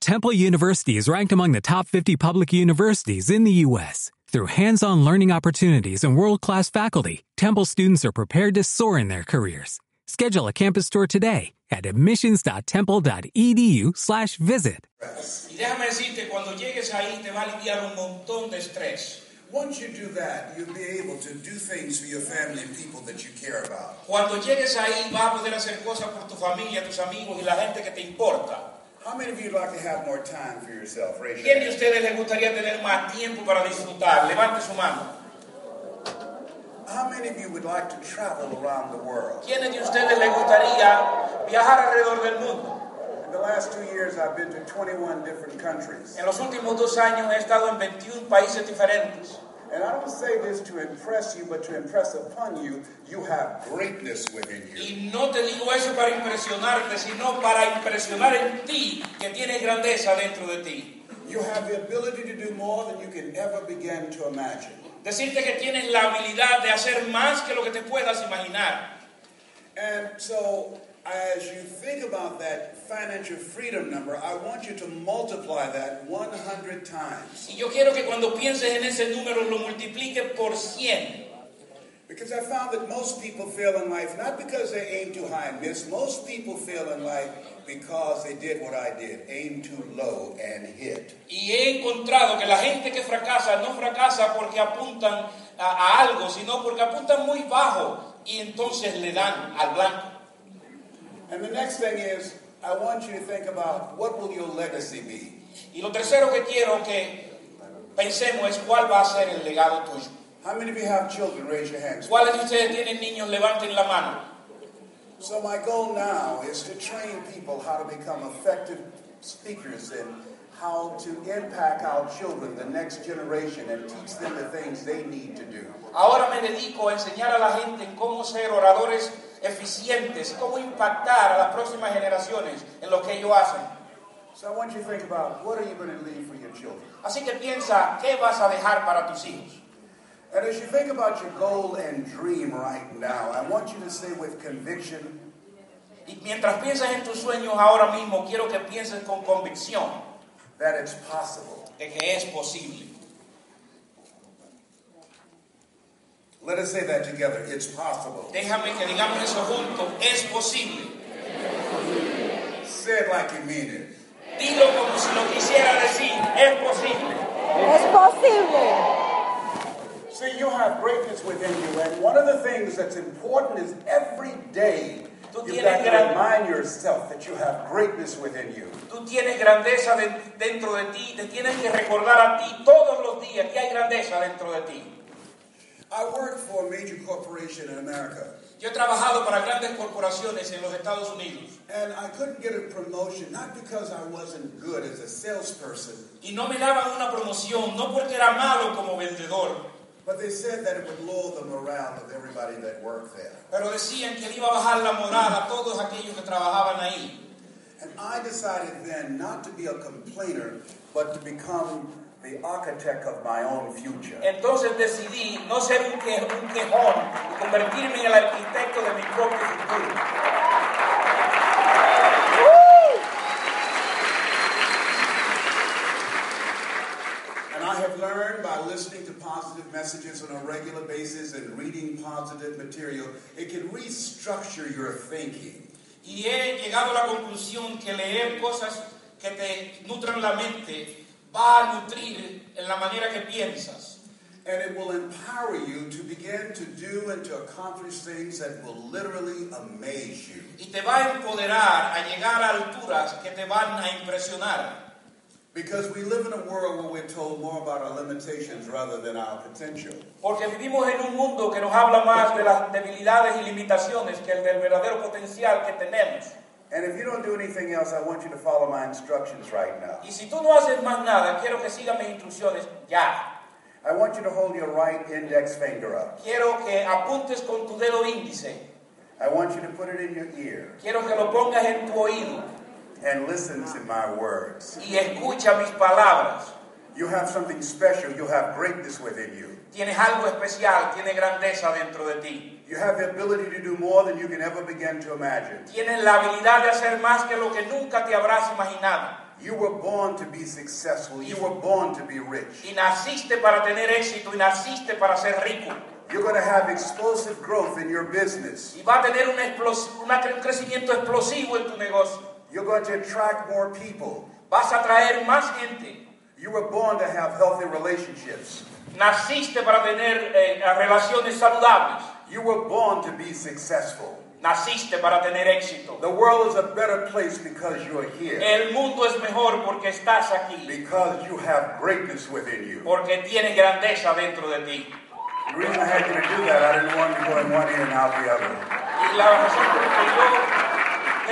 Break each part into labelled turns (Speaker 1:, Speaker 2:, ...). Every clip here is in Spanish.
Speaker 1: Temple University is ranked among the top 50 public universities in the U.S. Through hands on learning opportunities and world class faculty, Temple students are prepared to soar in their careers. Schedule a campus tour today at E admissions.temple.edu/slash visit.
Speaker 2: Y déjame decirte, cuando llegues ahí te va a aliviar un montón de estrés.
Speaker 3: Once you do that, you'll be able to do things for your family and people that you care about.
Speaker 2: Cuando llegues ahí vas a poder hacer cosas por tu familia, tus amigos y la gente que te importa.
Speaker 3: How many of you would like to have more time for yourself? Raise your
Speaker 2: ¿Quién de
Speaker 3: hand.
Speaker 2: ustedes les gustaría tener más tiempo para disfrutar? Levante su mano.
Speaker 3: How many of you would like to travel around the world?
Speaker 2: ¿Quiénes de ustedes les gustaría viajar alrededor del mundo?
Speaker 3: In the last two years, I've been to 21 different countries.
Speaker 2: En los últimos dos años he estado en 21 países diferentes.
Speaker 3: And I don't say this to impress you, but to impress upon you, you have greatness within you.
Speaker 2: Y no te digo eso para impresionarte, sino para impresionar en ti que tienes grandeza dentro de ti.
Speaker 3: You have the ability to do more than you can ever begin to imagine.
Speaker 2: Decirte que tienes la habilidad de hacer más que lo que te puedas imaginar.
Speaker 3: And so, as you think about that financial freedom number, I want you to multiply that 100 times.
Speaker 2: Y yo quiero que cuando pienses en ese número lo multipliques por 100.
Speaker 3: Because I found that most people fail in life not because they aim too high and miss, most people fail in life because they did what I did aim too low and hit.
Speaker 2: Y he encontrado que la gente que fracasa no fracasa porque apuntan a, a algo, sino porque apuntan muy bajo y entonces le dan al blanco.
Speaker 3: And the next thing is, I want you to think about what will your legacy be?
Speaker 2: Y lo tercero que quiero que pensemos es cuál va a ser el legado tuyo.
Speaker 3: How many of you have children? Raise your hands.
Speaker 2: ¿Cuáles de ustedes tienen niños? Levanten la mano.
Speaker 3: So my goal now is to train people how to become effective speakers and how to impact our children, the next generation, and teach them the things they need to do.
Speaker 2: Ahora me dedico a enseñar a la gente en cómo ser oradores eficientes, cómo impactar a las próximas generaciones en lo que ellos hacen.
Speaker 3: So I want you to think about what are you going to leave for your children?
Speaker 2: Así que piensa qué vas a dejar para tus hijos.
Speaker 3: And as you think about your goal and dream right now, I want you to say with conviction,
Speaker 2: Y mientras piensas en tus sueños ahora mismo, quiero que pienses con convicción
Speaker 3: that it's possible.
Speaker 2: de que es posible.
Speaker 3: Let us say that together. It's possible.
Speaker 2: Déjame que digamos eso juntos, es posible.
Speaker 3: Say it like you mean it.
Speaker 2: Dilo como si lo quisiera decir, es posible.
Speaker 4: Es posible.
Speaker 3: See, you have greatness within you, and one of the things that's important is every day
Speaker 2: Tú
Speaker 3: you've
Speaker 2: tienes
Speaker 3: got to
Speaker 2: gran-
Speaker 3: remind yourself that you have greatness within you.
Speaker 2: Tú tienes grandeza de- dentro de ti, te tienes que recordar a ti todos los días que hay grandeza dentro de ti.
Speaker 3: I worked for a major corporation in America,
Speaker 2: Yo he trabajado para grandes corporaciones en los Estados Unidos
Speaker 3: and I couldn't get a promotion not because I wasn't good as a salesperson,
Speaker 2: y no me daban una promoción, no porque era malo como vendedor,
Speaker 3: but they said that it would lower the morale of everybody that worked there.
Speaker 2: pero decían que le iba a bajar la moral a todos aquellos que trabajaban ahí.
Speaker 3: And I decided then not to be a complainer, but to become the architect of my own future.
Speaker 2: Entonces decidí no ser un, que, un quejón y convertirme en el arquitecto de mi propio futuro.
Speaker 3: And I have learned by listening to positive messages on a regular basis and reading positive material, it can restructure your thinking.
Speaker 2: Y he llegado a la conclusión que leer cosas que te nutran la mente va a nutrir en la manera que piensas.
Speaker 3: And it will empower you to begin to do and to accomplish things that will literally amaze you.
Speaker 2: Y te va a empoderar a llegar a alturas que te van a impresionar.
Speaker 3: Because we live in a world where we're told more about our limitations rather than our potential.
Speaker 2: Porque vivimos en un mundo que nos habla más de las debilidades y limitaciones que el del verdadero potencial que tenemos.
Speaker 3: And if you don't do anything else, I want you to follow my instructions right now.
Speaker 2: Y si tú no haces más nada, quiero que sigas mis instrucciones ya.
Speaker 3: I want you to hold your right index finger up.
Speaker 2: Quiero que apuntes con tu dedo índice.
Speaker 3: I want you to put it in your ear
Speaker 2: Quiero que lo pongas en tu oído
Speaker 3: and listen to my words.
Speaker 2: y escucha mis palabras.
Speaker 3: You have something special. You have greatness within you.
Speaker 2: Tienes algo especial, tienes grandeza dentro de ti.
Speaker 3: You have the ability to do more than you can ever begin to imagine.
Speaker 2: Tienes la habilidad de hacer más que lo que nunca te habrás imaginado.
Speaker 3: You were born to be successful. You were born to be rich.
Speaker 2: Y naciste para tener éxito y naciste para ser rico.
Speaker 3: You're going to have explosive growth in your business.
Speaker 2: Y va a tener una explos- una cre- un crecimiento explosivo en tu negocio.
Speaker 3: You're going to attract more people.
Speaker 2: Vas a atraer más gente.
Speaker 3: You were born to have healthy relationships.
Speaker 2: Naciste para tener eh, relaciones saludables.
Speaker 3: You were born to be successful.
Speaker 2: Naciste para tener éxito.
Speaker 3: The world is a better place because you're here.
Speaker 2: El mundo es mejor porque estás aquí.
Speaker 3: Because you have greatness within you.
Speaker 2: Porque tienes grandeza dentro de ti.
Speaker 3: The reason I had you to do that, I didn't want you to go in one ear and out the other.
Speaker 2: Y la razón por la que yo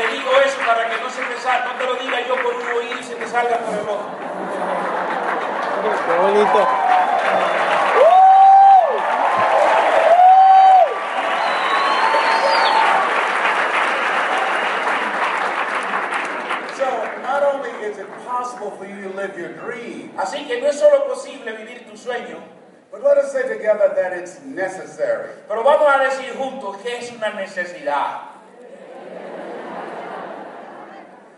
Speaker 2: te digo eso para que no se te salga, no te lo diga yo por un oído y se te salga por el otro.
Speaker 5: Qué bonito.
Speaker 3: So, not only is it possible for you to live your dream,
Speaker 2: Así que no es solo posible vivir tu sueño,
Speaker 3: but let us say together that it's necessary.
Speaker 2: pero vamos a decir juntos que es una necesidad.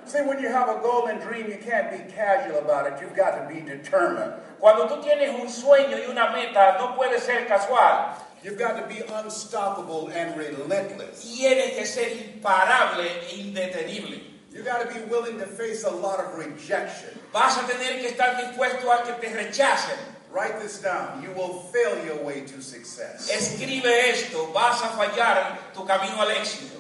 Speaker 3: See, when you have a goal and dream, you can't be casual about it. You've got to be determined.
Speaker 2: Cuando tú tienes un sueño y una meta, no puede ser casual.
Speaker 3: You've got to be unstoppable and relentless.
Speaker 2: Tienes que ser imparable e indetenible.
Speaker 3: You've got to be willing to face a lot of rejection.
Speaker 2: Vas a tener que estar dispuesto a que te rechacen.
Speaker 3: Write this down. You will fail your way to success.
Speaker 2: Escribe esto, vas a fallar tu camino al éxito.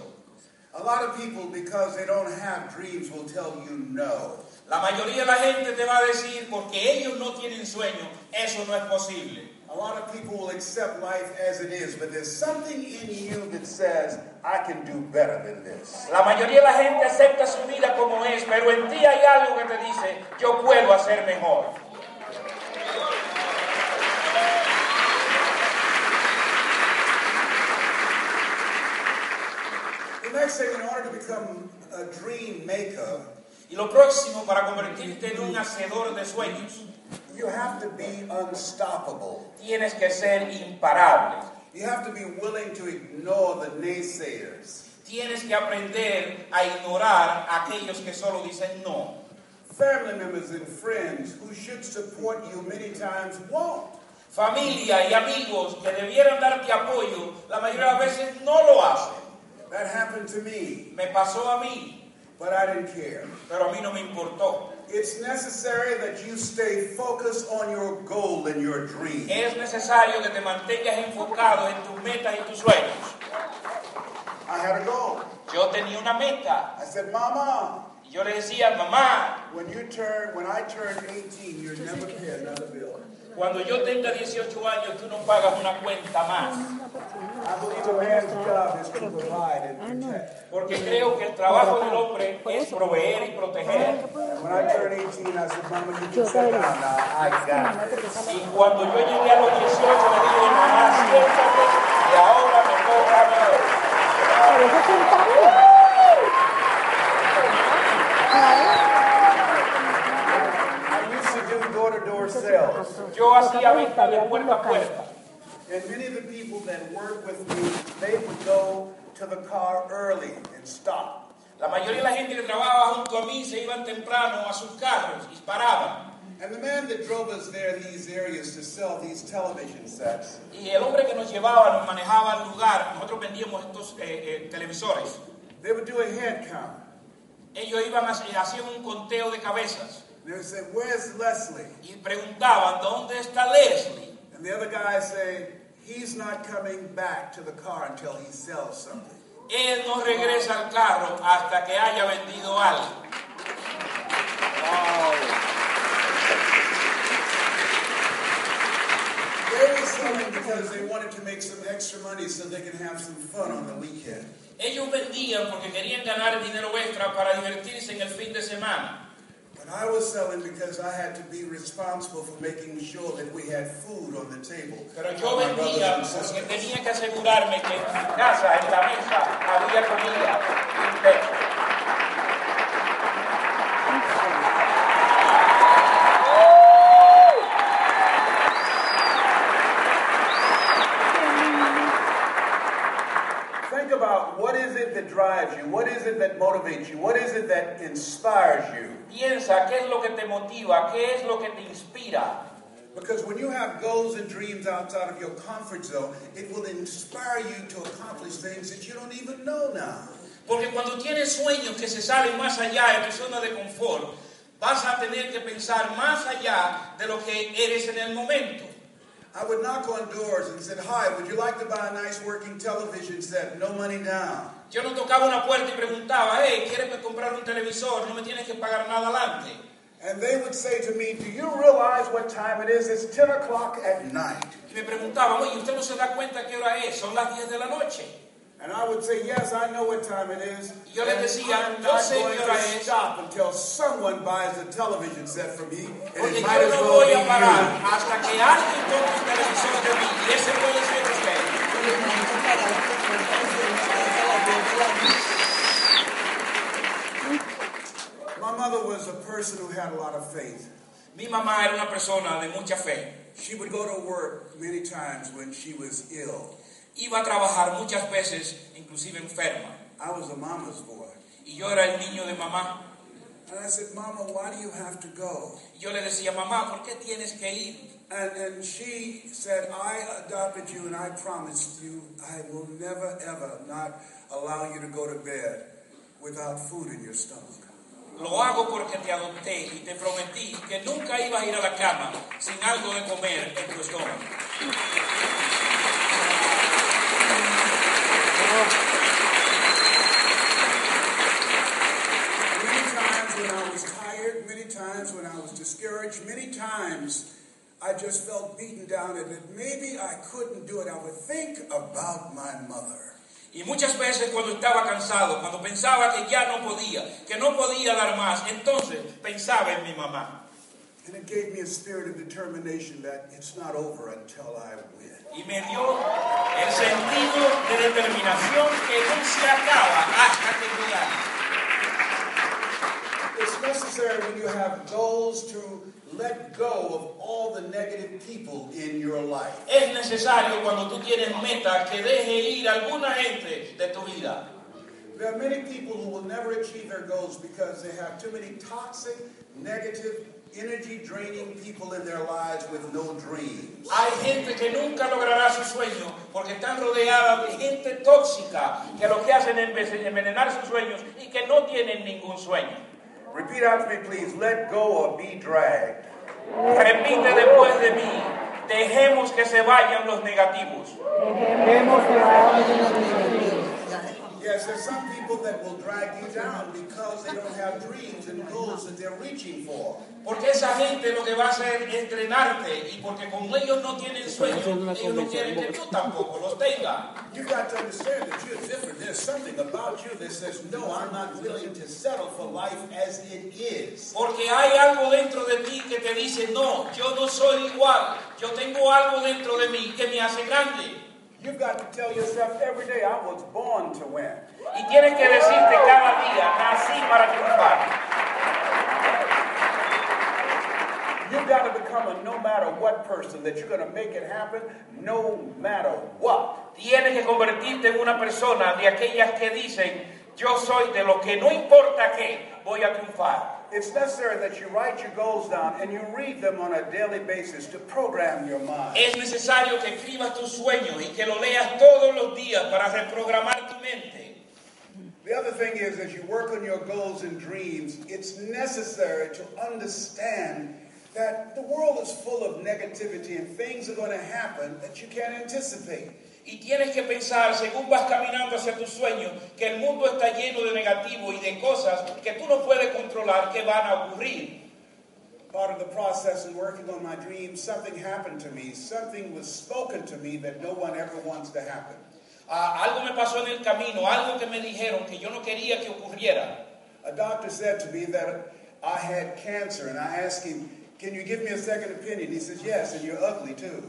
Speaker 3: A lot of people, because they don't have dreams, will tell you no.
Speaker 2: La mayoría de la gente te va a decir, porque ellos no tienen sueño, eso no es posible.
Speaker 3: A lot of people will accept life as it is, but there's something in you that says, I can do better than this.
Speaker 2: La mayoría de la gente acepta su vida como es, pero en ti hay algo que te dice, yo puedo hacer mejor.
Speaker 3: The next thing, in order to become a dream maker,
Speaker 2: Y lo próximo para convertirte en un hacedor de sueños,
Speaker 3: you have to be unstoppable.
Speaker 2: tienes que ser imparable.
Speaker 3: You have to be willing to ignore the naysayers.
Speaker 2: Tienes que aprender a ignorar a aquellos que solo dicen no.
Speaker 3: Family members and friends who should support you many times won't.
Speaker 2: Familia y amigos que debieran darte apoyo, la mayoría de las veces no lo hacen.
Speaker 3: That happened to me,
Speaker 2: Me pasó a mí,
Speaker 3: but I didn't care.
Speaker 2: pero a mí no me importó.
Speaker 3: It's necessary that you stay focused on your goal and your dream.
Speaker 2: Es necesario que te mantengas enfocado en tus metas y tus sueños.
Speaker 3: I had a goal.
Speaker 2: Yo tenía una meta
Speaker 3: I said, Mama,
Speaker 2: y yo le decía, mamá,
Speaker 3: when you turn, when I turn 18, you'll never pay another bill.
Speaker 2: cuando yo tenga 18 años tú no pagas una cuenta más,
Speaker 3: I believe a man's job is to provide and protect.
Speaker 2: porque creo que el trabajo del hombre es proveer y proteger.
Speaker 3: And when I turn 18, I said, Mama, you can sit down now. I got this.
Speaker 2: Y cuando yo llegué a los 18 le dije, mamá, siéntate y ahora me toca a mí".
Speaker 4: Pero eso es un tabú.
Speaker 3: I used to do door-to-door sales.
Speaker 2: Yo hacía venta de puerta a puerta.
Speaker 3: And many of the people that worked with me, they would go to the car early and stop.
Speaker 2: La mayoría de la gente que trabajaba junto a mí se iban temprano a sus carros y paraban.
Speaker 3: And the man that drove us there these areas to sell these television sets,
Speaker 2: Y el hombre que nos llevaba, nos manejaba el lugar, nosotros vendíamos estos eh, eh, televisores.
Speaker 3: they would do a head count.
Speaker 2: Ellos iban a, eh, hacían un conteo de cabezas
Speaker 3: They would say, Where's Leslie?
Speaker 2: y preguntaban, ¿dónde está Leslie?
Speaker 3: And the other guy say, He's not coming back to the car until he sells something.
Speaker 2: Él no regresa al carro hasta que haya vendido algo.
Speaker 3: They were selling because they wanted to make some extra money so they could have some fun on the weekend.
Speaker 2: Ellos vendían porque querían ganar dinero extra para divertirse en el fin de semana.
Speaker 3: But I was selling because I had to be responsible for making sure that we had food on the table.
Speaker 2: Pero yo
Speaker 3: for my brothers
Speaker 2: vendía
Speaker 3: and
Speaker 2: porque
Speaker 3: sisters.
Speaker 2: tenía que asegurarme que en mi casa, en la mesa, había comida. y un techo.
Speaker 3: Think about what is it that drives drives you? What is it that motivates you? What is it that inspires you?
Speaker 2: Piensa qué es lo que te motiva, qué es lo que te inspira.
Speaker 3: Because when you have goals and dreams outside of your comfort zone, it will inspire you to accomplish things that you don't even know now.
Speaker 2: Porque cuando tienes sueños que se salen más allá de tu zona de confort, vas a tener que pensar más allá de lo que eres en el momento.
Speaker 3: I would knock on doors and said, "Hi, would you like to buy a nice working television set? No money down."
Speaker 2: Yo no tocaba una puerta y preguntaba, hey, ¿quieres me comprar un televisor? No me tienes que pagar nada adelante.
Speaker 3: And they would say to me, "Do you realize what time it is? It's ten o'clock at night."
Speaker 2: Y me preguntaban, oye, ¿usted no se da cuenta qué hora es? Son las 10 de la noche.
Speaker 3: And I would say, yes, I know what time it is.
Speaker 2: Yo le
Speaker 3: and
Speaker 2: decía,
Speaker 3: I'm
Speaker 2: "Yo
Speaker 3: not
Speaker 2: sé qué
Speaker 3: going
Speaker 2: hora
Speaker 3: to
Speaker 2: es."
Speaker 3: stop until someone buys a television set for me, and
Speaker 2: Porque
Speaker 3: it
Speaker 2: yo
Speaker 3: might as
Speaker 2: no voy a
Speaker 3: well
Speaker 2: parar hasta que alguien tome un televisor de mí. Y ese puede ser usted.
Speaker 3: be you. My mother was a person who had a lot of faith.
Speaker 2: Mi mamá era una persona de mucha fe.
Speaker 3: She would go to work many times when she was ill.
Speaker 2: Iba a trabajar muchas veces, inclusive enferma.
Speaker 3: I was a mama's boy.
Speaker 2: Y yo era el niño de mamá.
Speaker 3: And I said, Mama, why do you have to go?
Speaker 2: Y yo le decía, mamá, ¿por qué tienes que ir?
Speaker 3: And, and she said, I adopted you and I promised you I will never, ever not allow you to go to bed without food in your stomach.
Speaker 2: Lo hago porque te adopté y te prometí que nunca ibas a ir a la cama sin algo de comer en tu estómago.
Speaker 3: Many times when I was tired, many times when I was discouraged, many times I just felt beaten down and that maybe I couldn't do it. I would think about my mother.
Speaker 2: Y muchas veces cuando estaba cansado, cuando pensaba que ya no podía, que no podía dar más, entonces pensaba en mi mamá.
Speaker 3: And it gave me a spirit of determination that it's not over until I win.
Speaker 2: Y me dio el sentido de determinación que no se acaba hasta que yo gane.
Speaker 3: It's necessary when you have goals to let go of all the negative people in your life.
Speaker 2: Es necesario cuando tú tienes metas que deje ir a alguna gente de tu vida.
Speaker 3: There are many people who will never achieve their goals because they have too many toxic, negative, energy draining people in their lives with no dreams.
Speaker 2: Hay gente que nunca logrará su sueño porque están rodeadas de gente tóxica que lo que hacen es envenenar sus sueños y que no tienen ningún sueño.
Speaker 3: Repeat after me, please. Let go or be dragged.
Speaker 2: Repite después de mí, dejemos que se vayan los negativos.
Speaker 5: Dejemos que vayamos.
Speaker 3: Yes, there's some people that will drag you down because they don't have dreams and goals that they're reaching for.
Speaker 2: Porque esa gente lo que va a hacer es entrenarte y porque con ellos no tienen sueños, ellos no quieren que tú tampoco los tengas.
Speaker 3: You've got to understand that you're different. There's something about you that says, no, I'm not willing to settle for life as it is.
Speaker 2: Porque hay algo dentro de ti que te dice, no, yo no soy igual, yo tengo algo dentro de mí que me hace grande.
Speaker 3: You've got to tell yourself every day, I was born to win.
Speaker 2: Y tienes que decirte cada día, nací para triunfar.
Speaker 3: You've got to become a no matter what person, that you're going to make it happen no matter what.
Speaker 2: Tienes que convertirte en una persona de aquellas que dicen, yo soy de lo que no importa qué, voy a triunfar.
Speaker 3: It's necessary that you write your goals down and you read them on a daily basis to program your mind.
Speaker 2: Es necesario que escribas tus sueños y que lo leas todos los días para reprogramar tu mente.
Speaker 3: The other thing is, as you work on your goals and dreams, it's necessary to understand that the world is full of negativity and things are going to happen that you can't anticipate.
Speaker 2: Y tienes que pensar, según vas caminando hacia tus sueños, que el mundo está lleno de negativos y de cosas que tú no puedes controlar que van a ocurrir.
Speaker 3: Part of the process in working on my dreams, something happened to me. Something was spoken to me that no one ever wants to happen.
Speaker 2: Ah, algo me pasó en el camino, algo que me dijeron que yo no quería que ocurriera.
Speaker 3: A doctor said to me that I had cancer, and I asked him, Can you give me a second opinion? He said, Yes, and you're ugly too.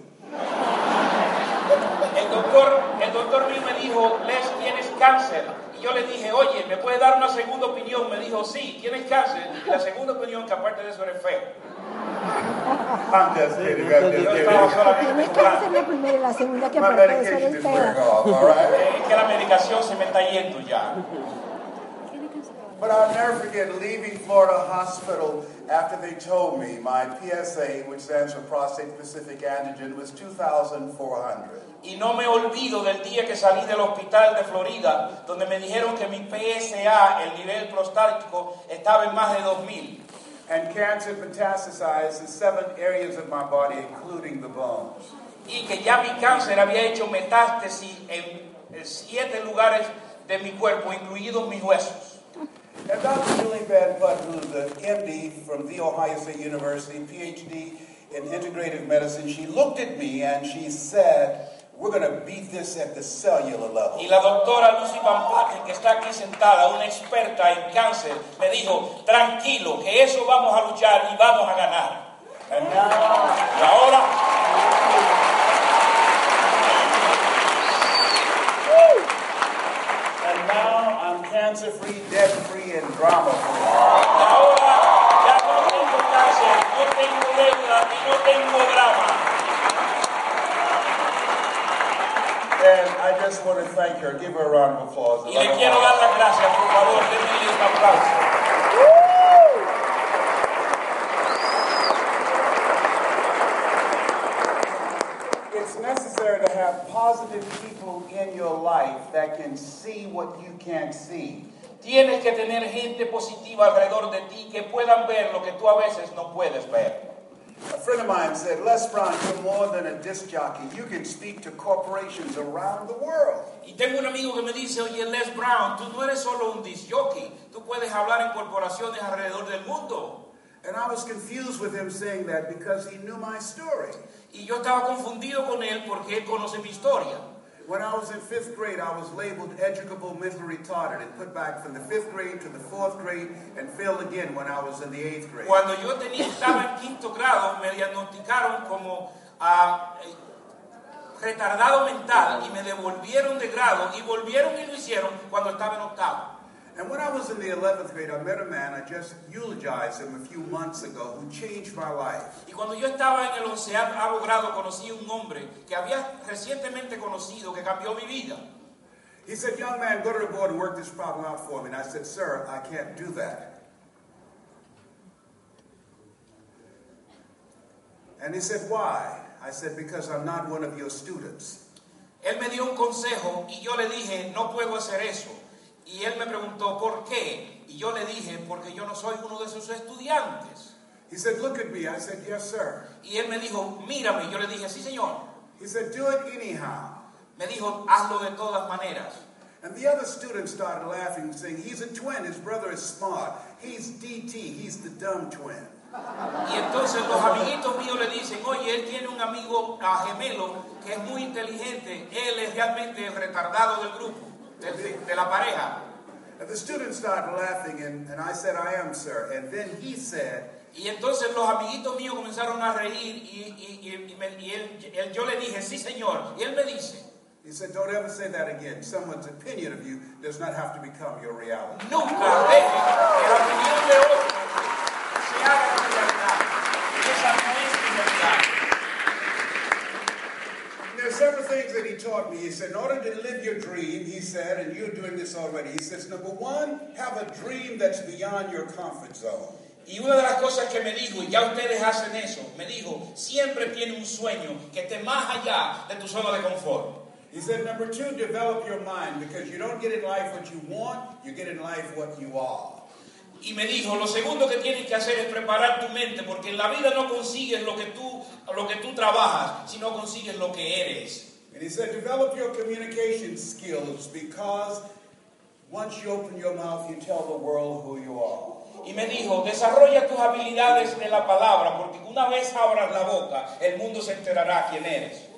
Speaker 2: El doctor, el doctor mío me dijo, Les, tienes cáncer. Y yo le dije, oye, ¿me puedes dar una segunda opinión? Me dijo, sí, tienes cáncer. Y la segunda opinión, que aparte de eso eres feo.
Speaker 3: I'm just kidding. I'm
Speaker 2: Yo estaba solamente
Speaker 4: Tienes que
Speaker 2: jugando.
Speaker 4: hacer la primera y la segunda que aparte de ser el
Speaker 3: wearing
Speaker 4: feo.
Speaker 3: off, all right?
Speaker 2: Eh, que la medicación se me está yendo ya.
Speaker 3: But I'll never forget leaving Florida Hospital after they told me my PSA, which stands for prostate specific antigen, was 2,400.
Speaker 2: Y no me olvido del día que salí del hospital de Florida, donde me dijeron que mi PSA, el nivel prostático, estaba en más de 2000.
Speaker 3: And cancer metastasized in seven areas of my body, including the bones.
Speaker 2: Y que ya mi cáncer había hecho metástasis en eh, siete lugares de mi cuerpo, incluidos mis huesos.
Speaker 3: And Dr. Julie Van Putt, who's an MD from The Ohio State University, PhD in integrative medicine, she looked at me and she said, We're going to beat this at the cellular level.
Speaker 2: Y la doctora Lucy Van Platen, que está aquí sentada, una experta en cáncer, me dijo, tranquilo, que eso vamos a luchar y vamos a ganar.
Speaker 3: And now,
Speaker 2: Y ahora
Speaker 3: and now I'm cancer free, debt free, and drama free.
Speaker 2: Ahora ya no tengo cáncer, no tengo deuda y no tengo drama.
Speaker 3: And I just want to thank her. Give her a round of applause.
Speaker 2: Y le quiero dar las gracias, por favor, denle un aplauso.
Speaker 3: It's necessary to have positive people in your life that can see what you can't see.
Speaker 2: Tienes que tener gente positiva alrededor de ti que puedan ver lo que tú a veces no puedes ver.
Speaker 3: A friend of mine said, Les Brown, you're more than a disc jockey. You can speak to corporations around the world.
Speaker 2: Y tengo un amigo que me dice, oye, Les Brown, tú no eres solo un disc jockey, tú puedes hablar en corporaciones alrededor del mundo.
Speaker 3: And I was confused with him saying that because he knew my story.
Speaker 2: Y yo estaba confundido con él porque él conoce mi historia.
Speaker 3: When I was in fifth grade, I was labeled educable mentally retarded and put back from the fifth grade to the fourth grade and failed again when I was in the eighth grade.
Speaker 2: Cuando yo tenía, estaba en quinto grado, me diagnosticaron como ah, eh, retardado mental y me devolvieron de grado y volvieron y lo hicieron cuando estaba en octavo.
Speaker 3: And when I was in the 11th grade, I met a man, I just eulogized him a few months ago, who changed my life.
Speaker 2: Y cuando yo estaba en el onceavo grado conocí un hombre que había recientemente conocido que cambió mi vida.
Speaker 3: He said, Young man, go to the board and work this problem out for me. And I said, Sir, I can't do that. And he said, Why? I said, Because I'm not one of your students.
Speaker 2: Él me dio un consejo y yo le dije, no puedo hacer eso. Y él me preguntó, ¿por qué? Y yo le dije, porque yo no soy uno de sus estudiantes.
Speaker 3: He said, Look at me. I said, Yes, sir.
Speaker 2: Y él me dijo, mírame. Y yo le dije, sí, señor.
Speaker 3: He said, Do it anyhow.
Speaker 2: Me dijo, hazlo de todas maneras.
Speaker 3: And the other students started laughing, saying, He's a twin. His brother is smart. He's DT. He's the dumb twin.
Speaker 2: Y entonces los amiguitos míos le dicen, oye, él tiene un amigo ah, gemelo que es muy inteligente, él es realmente el retardado del grupo, del- de, de la pareja.
Speaker 3: And the students started laughing, and, and I said, I am, sir. And then he said,
Speaker 2: Y entonces los amiguitos míos comenzaron a reír y, y- y- y me- y él- él- yo le dije, sí señor. Y él me dice,
Speaker 3: He said, Don't ever say that again. Someone's opinion of you does not have to become your reality.
Speaker 2: nunca deje que la opinión de otro se haga tu realidad. Esa no es tu realidad.
Speaker 3: And there's several things that he taught me. He said, In order to live your dream, he said, and you're doing this already, he says, Number one, have a dream that's beyond your comfort zone.
Speaker 2: Y una de las cosas que me dijo, y ya ustedes hacen eso, me dijo, siempre tiene un sueño que esté más allá de tu zona de confort.
Speaker 3: He said, Number two, develop your mind because you don't get in life what you want, you get in life what you are.
Speaker 2: Y me dijo, lo segundo que tienes que hacer es preparar tu mente, porque en la vida no consigues lo que tú, lo que tú trabajas, sino consigues lo que eres.
Speaker 3: And he said, Develop your communication skills because once you open your mouth, you tell the world who you are.
Speaker 2: Y me dijo, desarrolla tus habilidades de la palabra, porque una vez abras la boca, el mundo se enterará quién eres.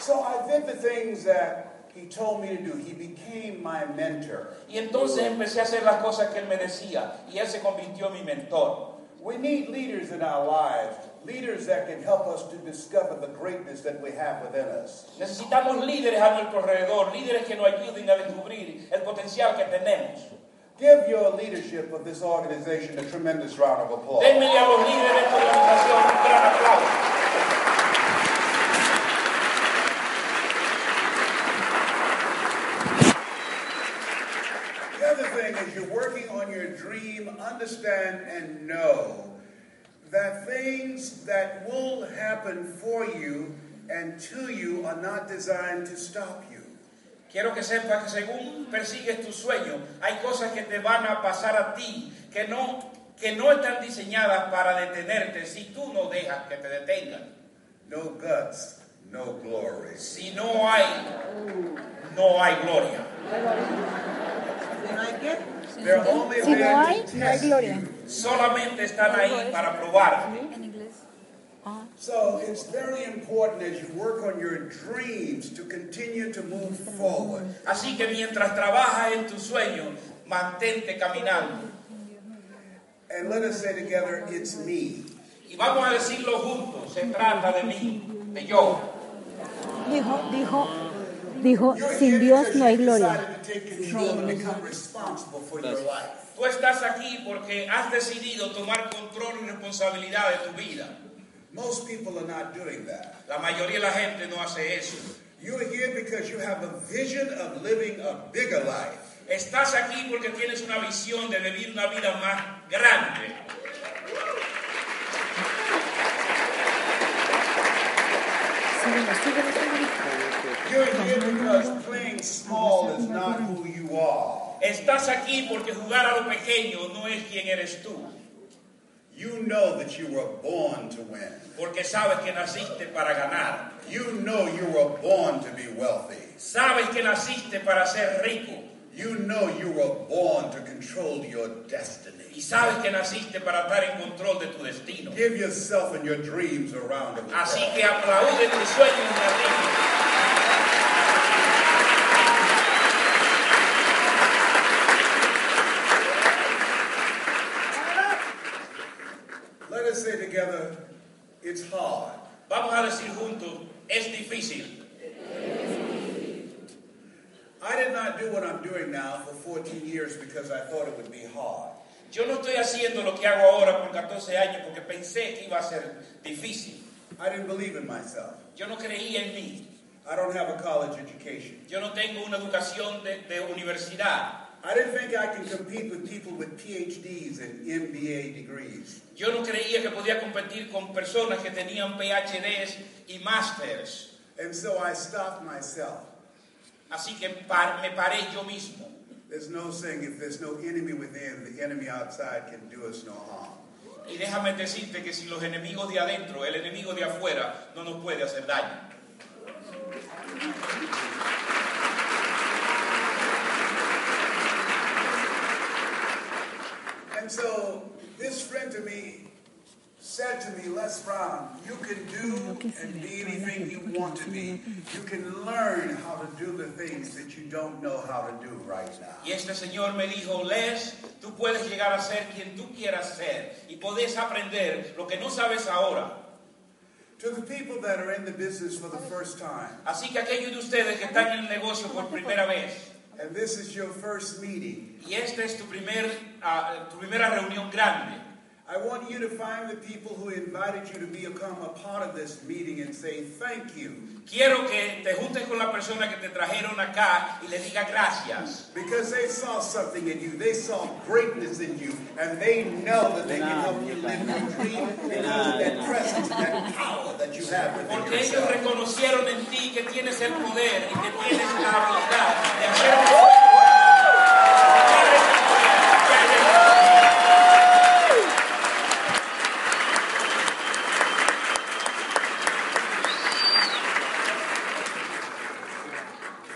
Speaker 3: So I did the things that he told me to do. He became my mentor.
Speaker 2: Y entonces empecé a hacer las cosas que él me decía, y él se convirtió en mi mentor.
Speaker 3: We need leaders in our lives, leaders that can help us to discover the greatness that we have within us.
Speaker 2: Necesitamos líderes a nuestro alrededor, líderes que nos ayuden a descubrir el potencial que tenemos.
Speaker 3: Give your leadership of this organization a tremendous round of applause.
Speaker 2: Denmele a los líderes de esta organización un gran aplauso.
Speaker 3: doing is you're working on your dream, understand and know that things that will happen for you and to you are not designed to stop you.
Speaker 2: Quiero que sepas que según persigues tu sueño, hay cosas que te van a pasar a ti que no, que no están diseñadas para detenerte si tú no dejas que te detengan.
Speaker 3: No guts, no glory.
Speaker 2: Si no hay, no hay gloria.
Speaker 3: They're only
Speaker 4: Si no
Speaker 3: there
Speaker 4: hay,
Speaker 3: to
Speaker 4: no hay
Speaker 3: test
Speaker 4: gloria.
Speaker 3: you.
Speaker 2: Solamente están ahí para probar.
Speaker 6: En inglés.
Speaker 3: So it's very important as you work on your dreams to continue to move forward.
Speaker 2: Así que mientras trabajas en tu sueño, mantente caminando.
Speaker 3: And let us say together, it's me.
Speaker 2: Y vamos a decirlo juntos, se trata de mí, de yo.
Speaker 4: Dijo, dijo, dijo,
Speaker 3: You're here
Speaker 4: sin Dios
Speaker 3: because
Speaker 4: no hay
Speaker 3: you
Speaker 4: gloria.
Speaker 3: decided to take control and become responsible for your life.
Speaker 2: Tú estás aquí porque has decidido tomar control y responsabilidad de tu vida.
Speaker 3: Most people are not doing that.
Speaker 2: La mayoría de la gente no hace eso.
Speaker 3: You're here because you have a vision of living a bigger life.
Speaker 2: Estás aquí porque tienes una visión de vivir una vida más grande.
Speaker 6: Síguelo, síguelo, síguelo.
Speaker 3: You're here because playing small is not who you are.
Speaker 2: Estás aquí porque jugar a lo pequeño no es quien eres tú,
Speaker 3: You know that you were born to win.
Speaker 2: porque sabes que naciste para ganar.
Speaker 3: You know you were born to be wealthy.
Speaker 2: Sabes que naciste para ser rico
Speaker 3: You know you were born to control your destiny.
Speaker 2: y sabes que naciste para estar en control de tu destino.
Speaker 3: Give yourself and your dreams a round of applause.
Speaker 2: Así que aplaude tu sueño y aplaude.
Speaker 3: Let us say together, it's hard.
Speaker 2: Vamos a decir juntos, es difícil.
Speaker 3: I did not do what I'm doing now for 14 years because I thought it would be hard.
Speaker 2: Yo no estoy haciendo lo que hago ahora por 14 años porque pensé que iba a ser difícil.
Speaker 3: I didn't believe in myself.
Speaker 2: Yo no creía en mí.
Speaker 3: I don't have a college education.
Speaker 2: Yo no tengo una educación de, de universidad.
Speaker 3: I didn't think I could compete with people with PhDs and MBA degrees.
Speaker 2: Yo no creía que podía competir con personas que tenían PhDs y másters.
Speaker 3: And so I stopped myself.
Speaker 2: Así que par- me paré yo mismo.
Speaker 3: There's no saying if there's no enemy within, the enemy outside can do us no harm.
Speaker 2: Y déjame decirte que si los enemigos de adentro, el enemigo de afuera, no nos puede hacer daño.
Speaker 3: And so this friend to me said to me, Les Brown, you can do and be anything you want to be. You can learn how to do the things that you don't know how to do right
Speaker 2: Y
Speaker 3: now.
Speaker 2: este señor me dijo, Les, tú puedes llegar a ser quien tú quieras ser y podés aprender lo que no sabes ahora.
Speaker 3: To the people that are in the business for the first time,
Speaker 2: Así que aquellos de ustedes que están en el negocio por primera vez,
Speaker 3: and this is your first meeting,
Speaker 2: y esta es tu, primer, ah, tu primera reunión grande,
Speaker 3: I want you to find the people who invited you to become a part of this meeting and say thank you.
Speaker 2: quiero que te juntes con la persona que te trajeron acá y le digas gracias.
Speaker 3: Because they saw something in you, they saw greatness in you, and they know that they can help you live your dream because of that presence, that power that you have within
Speaker 2: Porque ellos
Speaker 3: yourself.
Speaker 2: reconocieron en ti que tienes el poder y que tienes la habilidad de hacer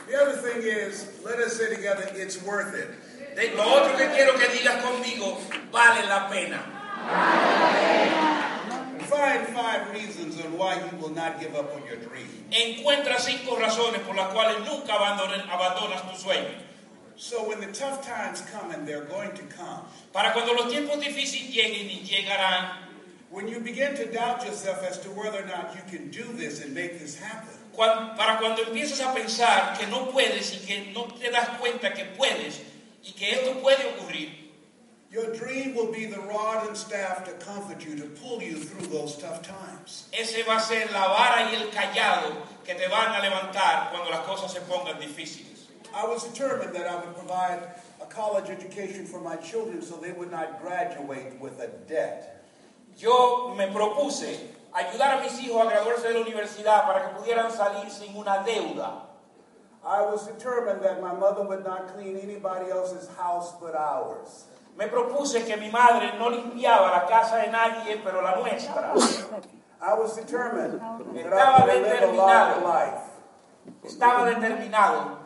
Speaker 3: The other thing is, let us say together, it's worth it.
Speaker 2: De- Lo otro que quiero que digas conmigo, vale la pena.
Speaker 3: Find five reasons on why you will not give up on your dream.
Speaker 2: Encuentra cinco razones por las cuales nunca abandonen- abandonas tu sueño.
Speaker 3: So when the tough times come, and they're going to come,
Speaker 2: Para cuando los tiempos difíciles lleguen y llegarán,
Speaker 3: when you begin to doubt yourself as to whether or not you can do this and make this happen,
Speaker 2: cuan- para cuando empiezas a pensar que no puedes y que no te das cuenta que puedes y que esto puede ocurrir,
Speaker 3: your dream will be the rod and staff to comfort you, to pull you through those tough times.
Speaker 2: ese va a ser la vara y el callado que te van a levantar cuando las cosas se pongan difíciles.
Speaker 3: I was determined that I would provide a college education for my children so they would not graduate with a debt.
Speaker 2: Yo me propuse ayudar a mis hijos a graduarse de la universidad para que pudieran salir sin una deuda.
Speaker 3: I was determined that my mother would not clean anybody else's house but ours.
Speaker 2: Me propuse que mi madre no limpiaba la casa de nadie, pero la nuestra.
Speaker 3: I was determined that I
Speaker 2: Estaba
Speaker 3: would live a long
Speaker 2: determinado.
Speaker 3: life.
Speaker 2: Estaba determinado.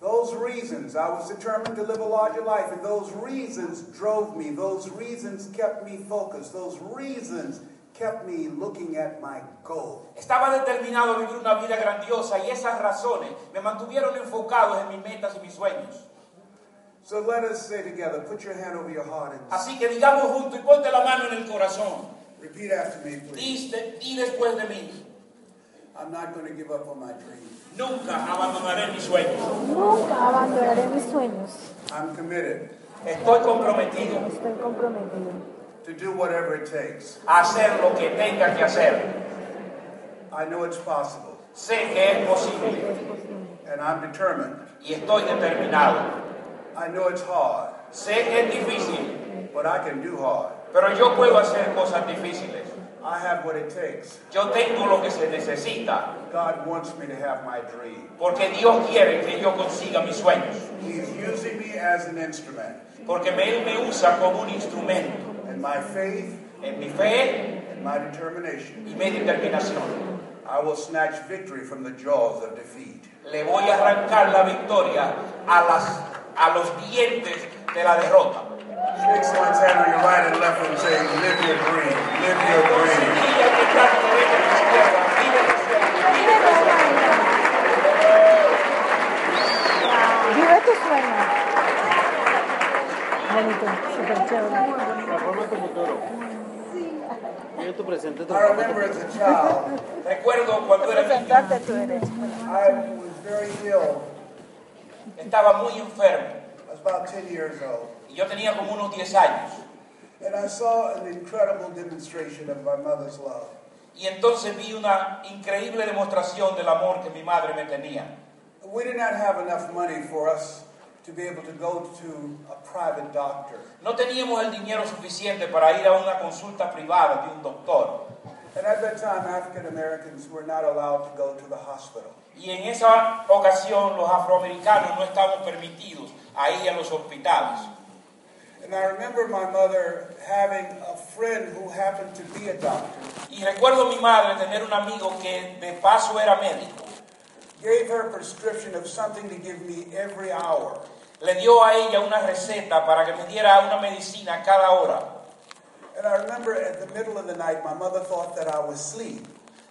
Speaker 3: Those reasons, I was determined to live a larger life, and those reasons drove me. Those reasons kept me focused. Those reasons kept me looking at my goal.
Speaker 2: Estaba determinado a vivir una vida grandiosa y esas razones me mantuvieron enfocados en mis metas y mis sueños.
Speaker 3: So let us say together, put your hand over your heart and
Speaker 2: Así que digamos juntos y ponte la mano en el corazón.
Speaker 3: repeat after me,
Speaker 2: Di,
Speaker 3: please.
Speaker 2: de- di después de mí,
Speaker 3: I'm not going to give up on my dream.
Speaker 2: nunca abandonaré mis sueños.
Speaker 4: Nunca abandonaré mis sueños.
Speaker 3: I'm committed
Speaker 2: Estoy comprometido
Speaker 4: Estoy comprometido
Speaker 3: to do whatever it takes.
Speaker 2: a hacer lo que tenga que hacer.
Speaker 3: I know it's possible,
Speaker 2: Sé que es
Speaker 4: de que
Speaker 2: posible
Speaker 4: es posible.
Speaker 3: and I'm determined.
Speaker 2: y estoy determinado.
Speaker 3: I know it's hard,
Speaker 2: Sé que es difícil,
Speaker 3: but I can do hard.
Speaker 2: pero yo puedo hacer cosas difíciles.
Speaker 3: I have what it takes.
Speaker 2: Yo tengo lo que se necesita
Speaker 3: God wants me to have my dream.
Speaker 2: porque Dios quiere que yo consiga mis sueños.
Speaker 3: He's using me as an instrument.
Speaker 2: Porque Él me usa como un instrumento
Speaker 3: And my faith
Speaker 2: en mi fe
Speaker 3: and my determination,
Speaker 2: y mi determinación.
Speaker 3: I will snatch victory from the jaws of defeat.
Speaker 2: Le voy a arrancar la victoria a, las, a los dientes de la derrota.
Speaker 3: Fix one's hand on your right and left and say, live your dream, live your dream.
Speaker 2: Mira que tanto derecha y izquierda, mira que sea, mira que sea.
Speaker 4: Vive tu sueño. Bonito, súper chévere.
Speaker 5: La forma como todo. Yo te presenté tu
Speaker 3: I remember as a child,
Speaker 2: Recuerdo cuando era niño,
Speaker 4: Sentarte a tu derecha.
Speaker 3: I was very ill.
Speaker 2: estaba muy enfermo
Speaker 3: I was about 10 years old.
Speaker 2: y yo tenía como unos 10 años.
Speaker 3: And I saw an incredible demonstration of my mother's love.
Speaker 2: Y entonces vi una increíble demostración del amor que mi madre me tenía.
Speaker 3: We did not have enough money for us to be able to go to a private doctor.
Speaker 2: No teníamos el dinero suficiente para ir a una consulta privada de un doctor.
Speaker 3: And at that time, African Americans were not allowed to go to the hospital.
Speaker 2: Y en esa ocasión los afroamericanos no estaban permitidos a ir a los hospitales.
Speaker 3: And I remember my mother having a friend who happened to be a doctor,
Speaker 2: Y recuerdo a mi madre tener un amigo que de paso era médico.
Speaker 3: gave her a prescription of something to give me every hour.
Speaker 2: Le dio a ella una receta para que me diera una medicina cada hora.
Speaker 3: And I remember at the middle of the night, my mother thought that I was asleep.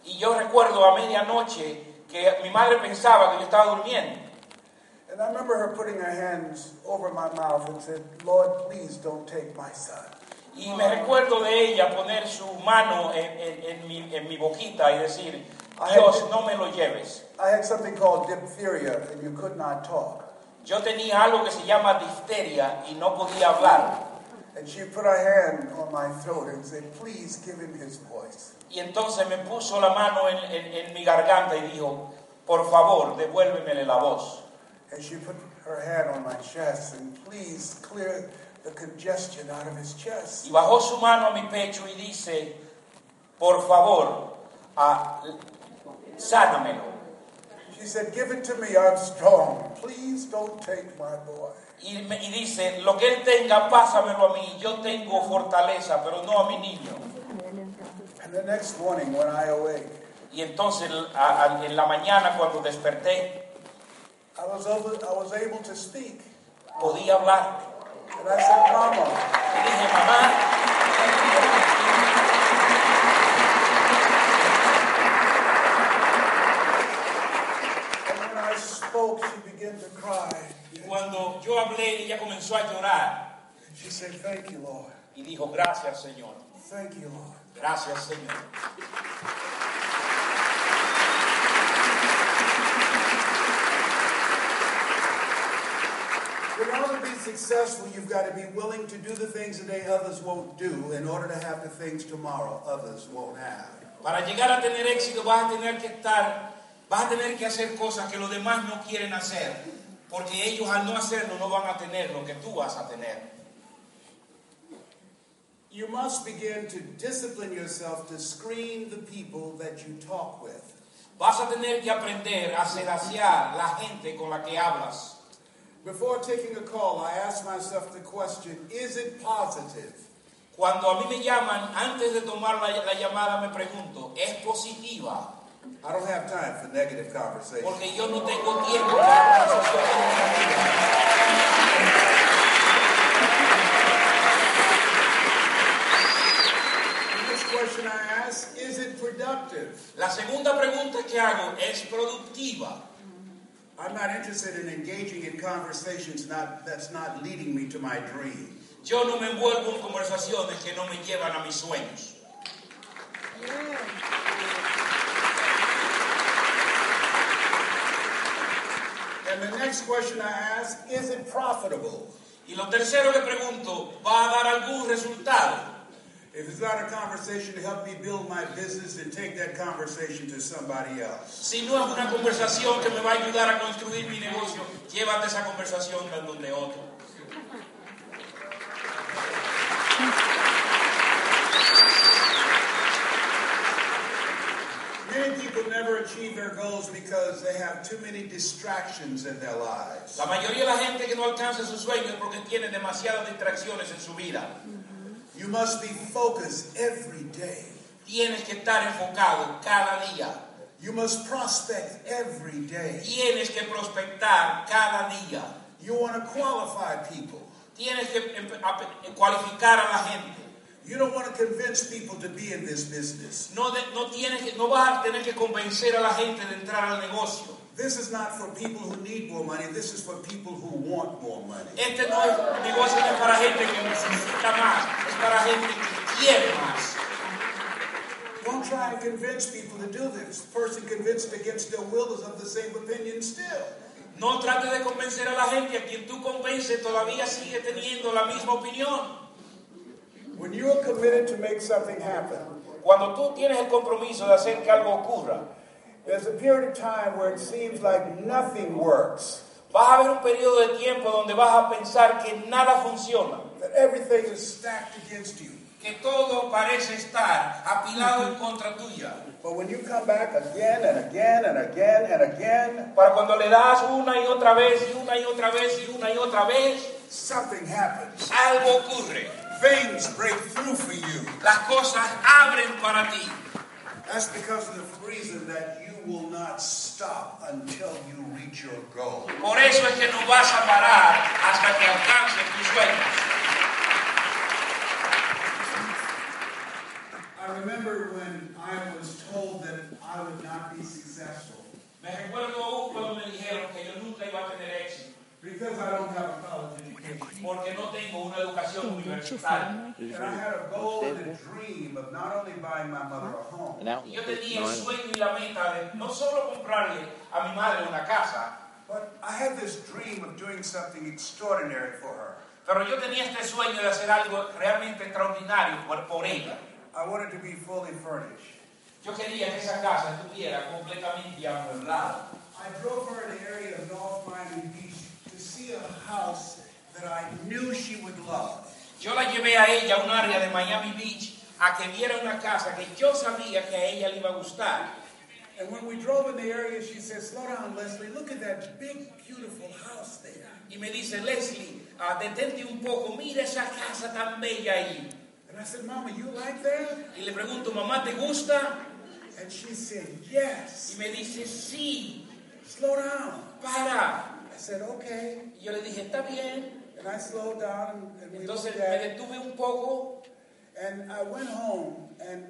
Speaker 2: Y yo recuerdo a medianoche que mi madre pensaba que yo estaba durmiendo.
Speaker 3: And I remember her putting her hands over my mouth and said, Lord, please don't take my son.
Speaker 2: Y me recuerdo de ella poner su mano en, en- en mi, en mi boquita y decir, Dios, no me lo lleves.
Speaker 3: I had something called diphtheria, and you could not talk.
Speaker 2: Yo tenía algo que se llama difteria y no podía hablar.
Speaker 3: And she put her hand on my throat and said, Please give him his voice.
Speaker 2: Y entonces me puso la mano en, en- en mi garganta y dijo, por favor, devuélvemele la voz.
Speaker 3: And she put her hand on my chest and please clear the congestion out of his chest.
Speaker 2: Y bajó su mano a mi pecho y dice, por favor, ah, sánamelo.
Speaker 3: She said, Give it to me, I'm strong. Please don't take my boy.
Speaker 2: Y, me- y dice, lo que él tenga, pásamelo a mí. Yo tengo fortaleza, pero no a mi niño.
Speaker 3: And the next morning, when I awake,
Speaker 2: Y entonces a- a- en la mañana cuando desperté,
Speaker 3: I was, over, I was able to speak.
Speaker 2: podía hablar.
Speaker 3: And I said, Mama,
Speaker 2: Y dije, mamá,
Speaker 3: and when I spoke, she began to cry.
Speaker 2: y cuando yo hablé, ella comenzó a llorar.
Speaker 3: She said, Thank you, Lord.
Speaker 2: Y dijo, gracias Señor,
Speaker 3: Thank you, Lord.
Speaker 2: gracias Señor.
Speaker 3: In order to be successful, you've got to be willing to do the things today others won't do in order to have the things tomorrow others won't have.
Speaker 2: Para llegar a tener éxito vas a tener que estar Vas a tener que hacer cosas que los demás no quieren hacer, porque ellos al no hacerlo no van a tener lo que tú vas a tener.
Speaker 3: You must begin to discipline yourself to screen the people that you talk with.
Speaker 2: Vas a tener que aprender a sedaciar la gente con la que hablas.
Speaker 3: Before taking a call, I ask myself the question is it positive?
Speaker 2: Cuando a mí me llaman, antes de tomar la, la llamada me pregunto, ¿es positiva?
Speaker 3: I don't have time for negative conversation.
Speaker 2: Porque yo no tengo tiempo para conversaciones negativas.
Speaker 3: The next question I ask is it productive?
Speaker 2: La segunda pregunta que hago es productiva.
Speaker 3: I'm not interested in engaging in conversations not, that's not leading me to my dream.
Speaker 2: Yo no me envuelvo en conversaciones que no me llevan a mis sueños.
Speaker 3: And the next question I ask is it profitable?
Speaker 2: Y lo tercero que pregunto, ¿va a dar algún resultado?
Speaker 3: If it's not a conversation to help me build my business, then take that conversation to somebody else.
Speaker 2: Si no es una conversación que me va a ayudar a construir mi negocio, llévate esa conversación a donde otro.
Speaker 3: Many people never achieve their goals because they have too many distractions in their lives.
Speaker 2: La mayoría de la gente que no alcanza sus sueños es porque tiene demasiadas distracciones en su vida.
Speaker 3: You must be focused every day.
Speaker 2: Tienes que estar enfocado cada día.
Speaker 3: You must prospect every day.
Speaker 2: Tienes que prospectar cada día.
Speaker 3: You want to qualify people.
Speaker 2: Tienes que empe- ape- cualificar a la gente.
Speaker 3: You don't want to convince people to be in this business.
Speaker 2: No, de- no, tienes que- no vas a tener que convencer a la gente de entrar al negocio.
Speaker 3: This is not for people who need more money. This is for people who want more money.
Speaker 2: Este no es negocio no es para gente que necesita más, es para gente que quiere más.
Speaker 3: Don't try and convince people to do this. Person convinced against their will is of the same opinion still.
Speaker 2: No trates de convencer a la gente a quien tú convences todavía sigue teniendo la misma opinión.
Speaker 3: When you are committed to make something happen,
Speaker 2: Cuando tú tienes el compromiso de hacer que algo ocurra,
Speaker 3: there's a period of time where it seems like nothing works,
Speaker 2: vas a ver un periodo de tiempo donde vas a pensar que nada funciona,
Speaker 3: that everything is stacked against you.
Speaker 2: que todo parece estar apilado en contra tuya.
Speaker 3: But when you come back again and again and again and again,
Speaker 2: Para cuando le das una y otra vez y una y otra vez y una y otra vez,
Speaker 3: something happens.
Speaker 2: algo ocurre.
Speaker 3: Things break through for you.
Speaker 2: Las cosas abren para ti.
Speaker 3: That's because of the reason that you will not stop until you reach your goal.
Speaker 2: Por eso es que no vas a parar hasta que alcances tus sueños.
Speaker 3: I remember when I was told that I would not be successful
Speaker 2: Me recuerdo aún cuando me dijeron que yo nunca iba a tener éxito
Speaker 3: because I don't have a college education.
Speaker 2: porque no tengo una educación universitaria.
Speaker 3: And I had a goal and a dream of not only buying my mother a home,
Speaker 5: Now,
Speaker 2: Y Yo tenía el sueño y la meta de no solo comprarle a mi madre una casa,
Speaker 3: but I had this dream of doing something extraordinary for her.
Speaker 2: pero yo tenía este sueño de hacer algo realmente extraordinario por, por ella.
Speaker 3: I wanted to be fully furnished.
Speaker 2: Yo quería que esa casa estuviera completamente amueblada.
Speaker 3: I drove her in the area of North Miami Beach to see a house that I knew she would love.
Speaker 2: Yo la llevé a ella a un área de Miami Beach a que viera una casa que yo sabía que a ella le iba a gustar.
Speaker 3: And when we drove in the area, she said, Slow down, Leslie, look at that big, beautiful house there.
Speaker 2: Y me dice, Leslie, ah, detente un poco, mira esa casa tan bella ahí.
Speaker 3: And I said, Mama, you like that?
Speaker 2: Y le pregunto, mamá, ¿te gusta?
Speaker 3: And she said,
Speaker 2: Y
Speaker 3: Yes.
Speaker 2: me dice, sí,
Speaker 3: Slow down.
Speaker 2: para.
Speaker 3: I said, Okay.
Speaker 2: Y yo le dije, está bien.
Speaker 3: And I slowed down and, and we looked
Speaker 2: Entonces me
Speaker 3: at it.
Speaker 2: detuve un poco
Speaker 3: And I went home and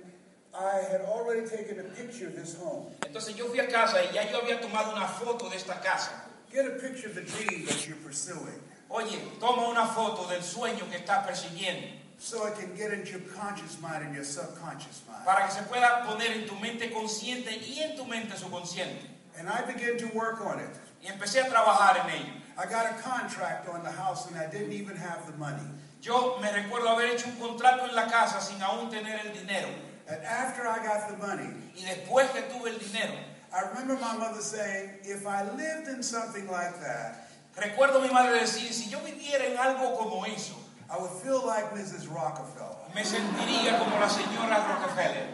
Speaker 3: I had already taken a picture of this home.
Speaker 2: Entonces yo fui a casa y ya yo había tomado una foto de esta casa.
Speaker 3: Get a picture of the dream that you're pursuing
Speaker 2: Oye, toma una foto del sueño que estás persiguiendo
Speaker 3: so it can get into your conscious mind and your subconscious mind.
Speaker 2: para que se pueda poner en tu mente consciente y en tu mente subconsciente.
Speaker 3: And I began to work on it.
Speaker 2: Y empecé a trabajar en ello.
Speaker 3: I got a contract on the house and I didn't even have the money.
Speaker 2: Yo me recuerdo haber hecho un contrato en la casa sin aún tener el dinero.
Speaker 3: And after I got the money,
Speaker 2: Y después que tuve el dinero,
Speaker 3: I remember my mother saying, if I lived in something like that,
Speaker 2: Recuerdo a mi madre decir, si yo viviera en algo como eso,
Speaker 3: I would feel like Mrs. Rockefeller.
Speaker 2: me sentiría como la señora Rockefeller.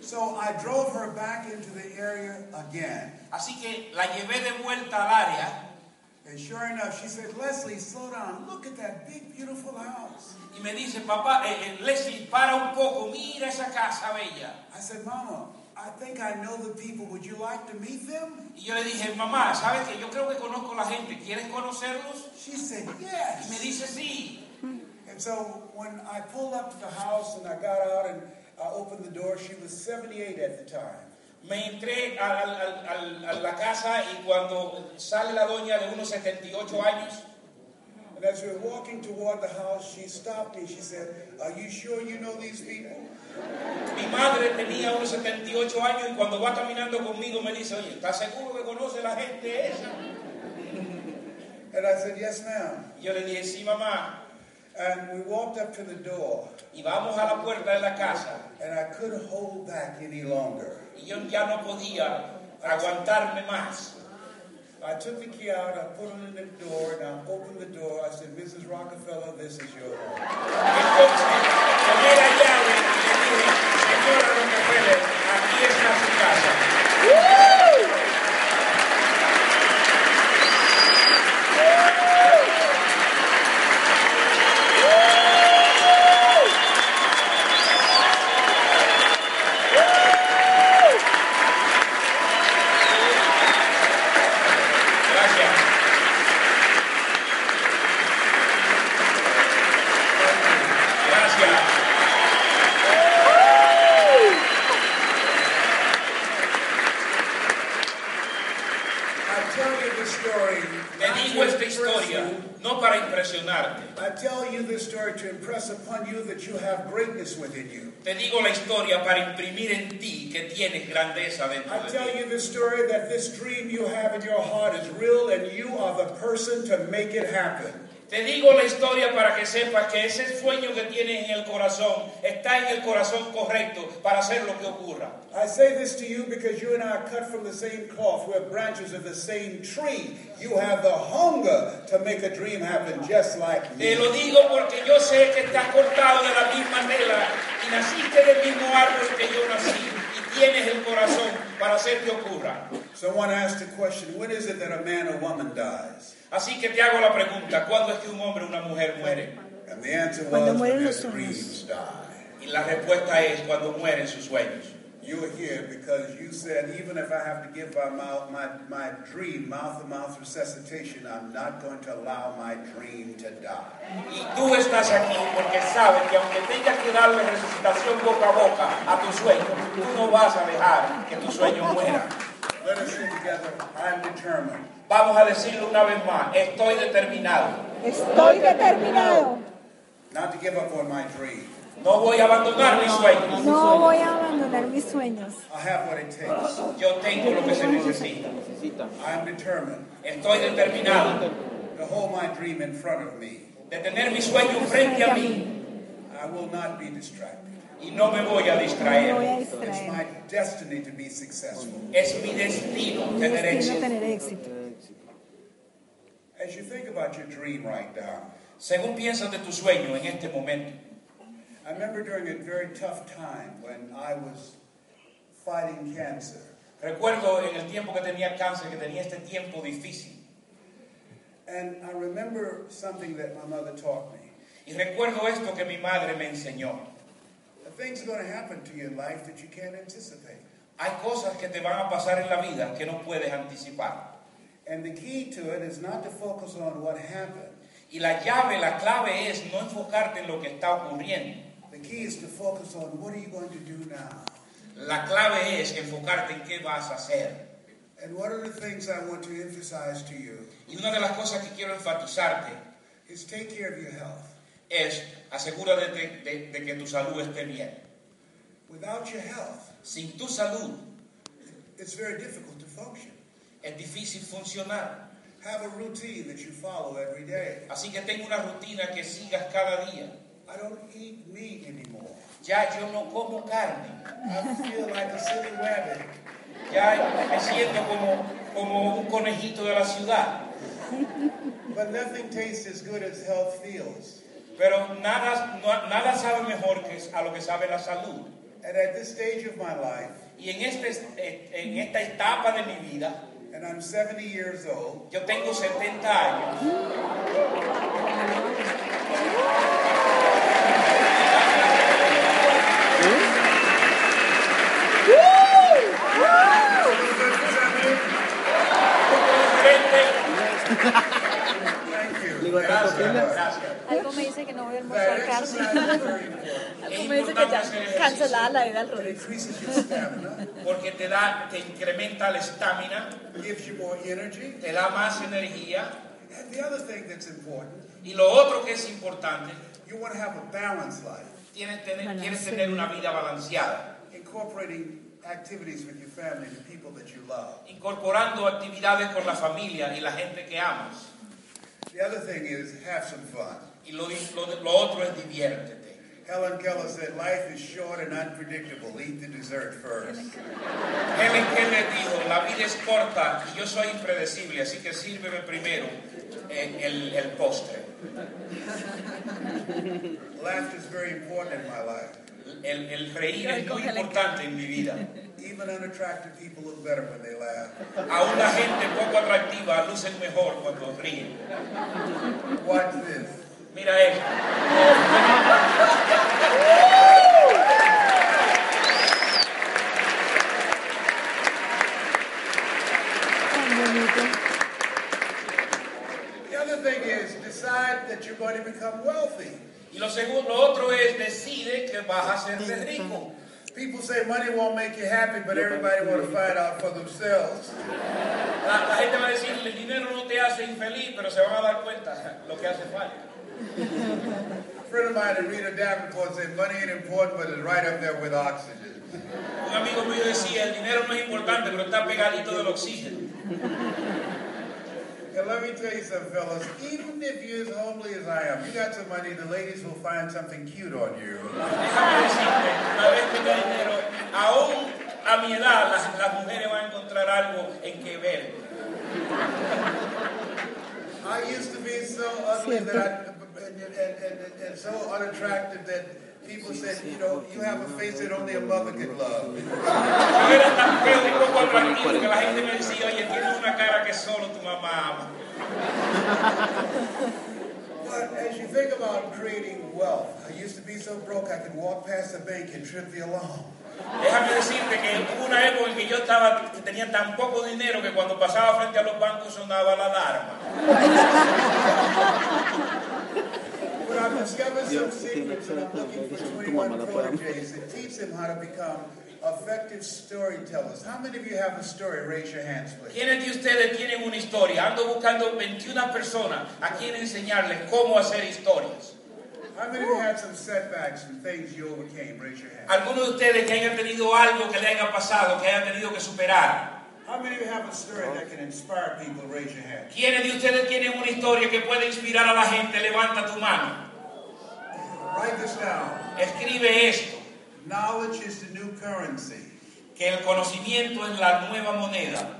Speaker 3: So I drove her back into the area again.
Speaker 2: Así que la llevé de vuelta al área
Speaker 3: And sure enough, she said, Leslie, slow down. Look at that big, beautiful house.
Speaker 2: y me dice, papá, eh, eh, Leslie, para un poco, mira esa casa bella.
Speaker 3: I said, Mama, I think I know the people. Would you like to meet them?
Speaker 2: Y yo le dije, mamá, ¿sabes qué? Yo creo que conozco a la gente, ¿quieres conocerlos?
Speaker 3: She said,
Speaker 2: Y me
Speaker 3: Yes.
Speaker 2: dice, sí.
Speaker 3: And so when I pulled up to the house and I got out and I opened the door, she was 78 at the time.
Speaker 2: Me entré al- al- al- al- a la casa y cuando sale la doña de unos 78 años,
Speaker 3: And as we were walking toward the house, she stopped me. She said, Are you sure you know these people?
Speaker 2: mi madre tenía unos 78 años y cuando va caminando conmigo me dice, oye, ¿estás seguro que conoce la gente esa?
Speaker 3: And I said, Yes, ma'am.
Speaker 2: Y yo le dije, sí, mamá.
Speaker 3: And we walked up to the door,
Speaker 2: Y vamos a la puerta de la casa.
Speaker 3: and I couldn't hold back any longer.
Speaker 2: Y yo ya no podía aguantarme más.
Speaker 3: I took the key out, I put it in the door, and I opened the door. I said, Mrs. Rockefeller, this is your home.
Speaker 2: Entonces, tomé la llave y le dije, señora Rockefeller, aquí está su casa. Gracias. Gracias.
Speaker 3: I tell you the story.
Speaker 2: Te
Speaker 3: not
Speaker 2: digo
Speaker 3: to
Speaker 2: esta
Speaker 3: impress
Speaker 2: historia
Speaker 3: you.
Speaker 2: no para impresionarte.
Speaker 3: I tell you this story to impress upon you that you have greatness within you.
Speaker 2: Te digo la historia para imprimir en ti que tienes grandeza dentro
Speaker 3: I
Speaker 2: de
Speaker 3: tell
Speaker 2: ti.
Speaker 3: you this story that this dream you have in your heart is real and you are the person to make it happen.
Speaker 2: Te digo la historia para que sepas que ese sueño que tienes en el corazón está en el corazón correcto para hacer lo que ocurra.
Speaker 3: I say this to you because you and I are cut from the same cloth. We're branches of the same tree. You have the hunger to make a dream happen just like
Speaker 2: Te
Speaker 3: me.
Speaker 2: lo digo porque yo sé que estás cortado de la misma tela y naciste del mismo árbol que yo nací y tienes el corazón para hacer que ocurra.
Speaker 3: Someone asked a question When is it that a man or woman dies?
Speaker 2: Así que te hago la pregunta, ¿cuándo es que un hombre o una mujer muere?
Speaker 3: And the answer
Speaker 6: Cuando
Speaker 3: was when
Speaker 6: mueren
Speaker 3: their
Speaker 6: los sueños.
Speaker 3: dreams
Speaker 2: Y
Speaker 3: die.
Speaker 2: la respuesta es cuando mueren sus sueños.
Speaker 3: You are here because you said, even if I have to give my mouth, my, my dream, mouth to mouth resuscitation, I'm not going to allow my dream to die.
Speaker 2: Y tú estás aquí porque sabes que aunque tengas que darle resucitación boca a boca a tu sueño, tú no vas a dejar que tu sueño muera.
Speaker 3: Let us sing together, I'm determined.
Speaker 2: Vamos a decirlo una vez más, estoy determinado.
Speaker 4: Estoy determinado.
Speaker 3: Not to give up on my dream.
Speaker 2: No voy a abandonar mis sueños.
Speaker 4: No voy a abandonar mis sueños.
Speaker 3: I have what it takes.
Speaker 2: Yo tengo lo que se necesita.
Speaker 5: Necesita.
Speaker 3: I'm determined
Speaker 2: Estoy determinado
Speaker 3: to hold my dream in front of me.
Speaker 2: de tener mi sueño frente a mí
Speaker 3: I will not be distracted.
Speaker 2: y no me voy a
Speaker 4: Me voy
Speaker 2: distraer.
Speaker 4: a
Speaker 3: It's
Speaker 4: distraer.
Speaker 3: my destiny to be successful.
Speaker 2: Es mi destino
Speaker 4: Mi
Speaker 2: tener
Speaker 4: destino
Speaker 2: éxito.
Speaker 4: tener éxito.
Speaker 3: As you think about your dream right now,
Speaker 2: Según piensas de tu sueño en este momento,
Speaker 3: I remember during a very tough time when I was fighting cancer.
Speaker 2: Recuerdo en el tiempo que tenía cáncer, que tenía este tiempo difícil.
Speaker 3: And I remember something that my mother taught me.
Speaker 2: Y recuerdo esto que mi madre me enseñó.
Speaker 3: The things are going to happen to you in life that you can't anticipate.
Speaker 2: Hay cosas que te van a pasar en la vida que no puedes anticipar.
Speaker 3: And the key to it is not to focus on what happened.
Speaker 2: Y la llave, la clave es no enfocarte en lo que está ocurriendo.
Speaker 3: The key is to focus on what are you going to do now?
Speaker 2: La clave es enfocarte en qué vas a hacer.
Speaker 3: And what are the things I want to emphasize to you
Speaker 2: Y una de las cosas que quiero enfatizarte
Speaker 3: is take care of your health.
Speaker 2: es asegúrate de, de- de que tu salud esté bien.
Speaker 3: Without your health,
Speaker 2: Sin tu salud
Speaker 3: it's very difficult to function.
Speaker 2: es difícil funcionar.
Speaker 3: Have a routine that you follow every day.
Speaker 2: Así que tengo una rutina que sigas cada día.
Speaker 3: I don't eat meat anymore.
Speaker 2: Ya yo no como carne.
Speaker 3: I feel like a silly rabbit.
Speaker 2: Ya me siento como, como un conejito de la ciudad.
Speaker 3: But nothing tastes as good as health feels.
Speaker 2: Pero nada, no- nada sabe mejor que a lo que sabe la salud.
Speaker 3: And at this stage of my life,
Speaker 2: Y en, este, en esta etapa de mi vida,
Speaker 3: and I'm 70 years old,
Speaker 2: yo tengo 70 años. Gente,
Speaker 3: thank you.
Speaker 5: Digo, tanto tienda.
Speaker 2: gracias.
Speaker 6: Algo me dice que no voy a almorzar
Speaker 3: That
Speaker 6: casi.
Speaker 3: exercise is very important.
Speaker 6: Algo me dice que ya cancelada la vida al
Speaker 3: It
Speaker 6: rodillo.
Speaker 3: increases your stamina,
Speaker 2: Porque te da, te incrementa la estamina,
Speaker 3: gives you more energy.
Speaker 2: te da más energía.
Speaker 3: And the other thing that's important,
Speaker 2: Y lo otro que es importante,
Speaker 3: you want to have a balanced life,
Speaker 2: tienes, tener, quieres tener una vida balanceada,
Speaker 3: incorporating activities with your family and the people that you love.
Speaker 2: incorporando actividades con la familia y la gente que amas.
Speaker 3: The other thing is have some fun.
Speaker 2: Y lo, lo- lo otro es diviértete.
Speaker 3: Helen Keller said, Life is short and unpredictable. Eat the dessert first.
Speaker 2: Helen Keller dijo, la vida es corta y yo soy impredecible, así que sírveme primero eh, el, el postre.
Speaker 3: Laughter is very important in my life.
Speaker 2: El, el reír es muy importante en mi vida.
Speaker 3: Even unattractive people look better when they laugh.
Speaker 2: Aún la gente poco atractiva lucen mejor cuando ríen.
Speaker 3: Watch this.
Speaker 2: Mira esto.
Speaker 3: The other thing is decide that you're going to become wealthy.
Speaker 2: Y lo segundo, lo otro es decide que vas a hacerte rico.
Speaker 3: People say money won't make you happy, but everybody want to find out for themselves.
Speaker 2: La, la gente va a decir, el dinero no te hace infeliz, pero se van a dar cuenta lo que hace falta.
Speaker 3: A friend of mine, Rita Davenport, said money ain't important, but it's right up there with oxygen.
Speaker 2: Un amigo mío decía, el dinero no es importante, pero está pegadito del oxígeno.
Speaker 3: And let me tell you something, fellas. Even if you're as homely as I am, you got some money, the ladies will find something cute on you.
Speaker 2: Déjame decirte, una vez que tenga dinero, aún a mi edad las, las mujeres van a encontrar algo en que ver.
Speaker 3: I used to be so ugly that I, and, and, and, and so unattractive that people said, you know, you have a face that only a mother could love.
Speaker 2: Yo era tan feo y poco atractivo que la gente me decía, oye, tienes una cara que solo tu mamá ama.
Speaker 3: But as you think about creating wealth, I used to be so broke I could walk past the bank and trip the alarm.
Speaker 2: Déjame decirte que hubo una época en que yo estaba, que tenía tan poco dinero que cuando pasaba frente a los bancos sonaba la alarma.
Speaker 3: When I discovered some
Speaker 5: Dios, tiene que
Speaker 3: secrets
Speaker 5: ser
Speaker 3: and I'm
Speaker 5: la
Speaker 3: looking
Speaker 5: que
Speaker 3: for
Speaker 5: son tu
Speaker 3: 21
Speaker 5: mamá, la podemos.
Speaker 3: proteges, it teaches them how to become effective storytellers. How many of you have a story? Raise your hands, please.
Speaker 2: ¿Quiénes de ustedes tienen una historia? Ando buscando 21 personas a quien enseñarles cómo hacer historias.
Speaker 3: How many of you had some setbacks and things you overcame? Raise your hand.
Speaker 2: Algunos de ustedes que hayan tenido algo que le haya pasado, que hayan tenido que superar.
Speaker 3: How many of you have a story that can inspire people? Raise your hand.
Speaker 2: ¿Quiénes de ustedes tienen una historia que puede inspirar a la gente? Levanta tu mano.
Speaker 3: Write this down.
Speaker 2: Escribe esto,
Speaker 3: Knowledge is the new currency.
Speaker 2: que el conocimiento es la nueva moneda.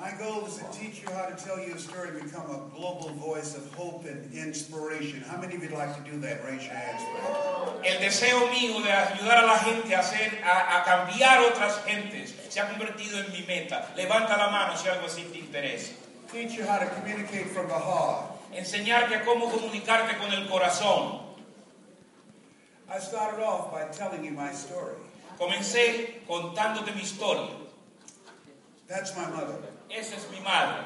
Speaker 3: My goal is to teach you how to tell your story and become a global voice of hope and inspiration. How many of you would like to do that? Raise your hands, please.
Speaker 2: El deseo mío de ayudar a la gente a, hacer, a, a cambiar otras gentes se ha convertido en mi meta. Levanta la mano si algo así te interesa.
Speaker 3: Teach you how to communicate from the heart.
Speaker 2: Enseñarte a cómo comunicarte con el corazón.
Speaker 3: I started off by telling you my story.
Speaker 2: Comencé contándote mi historia.
Speaker 3: That's my mother.
Speaker 2: Esa es mi madre.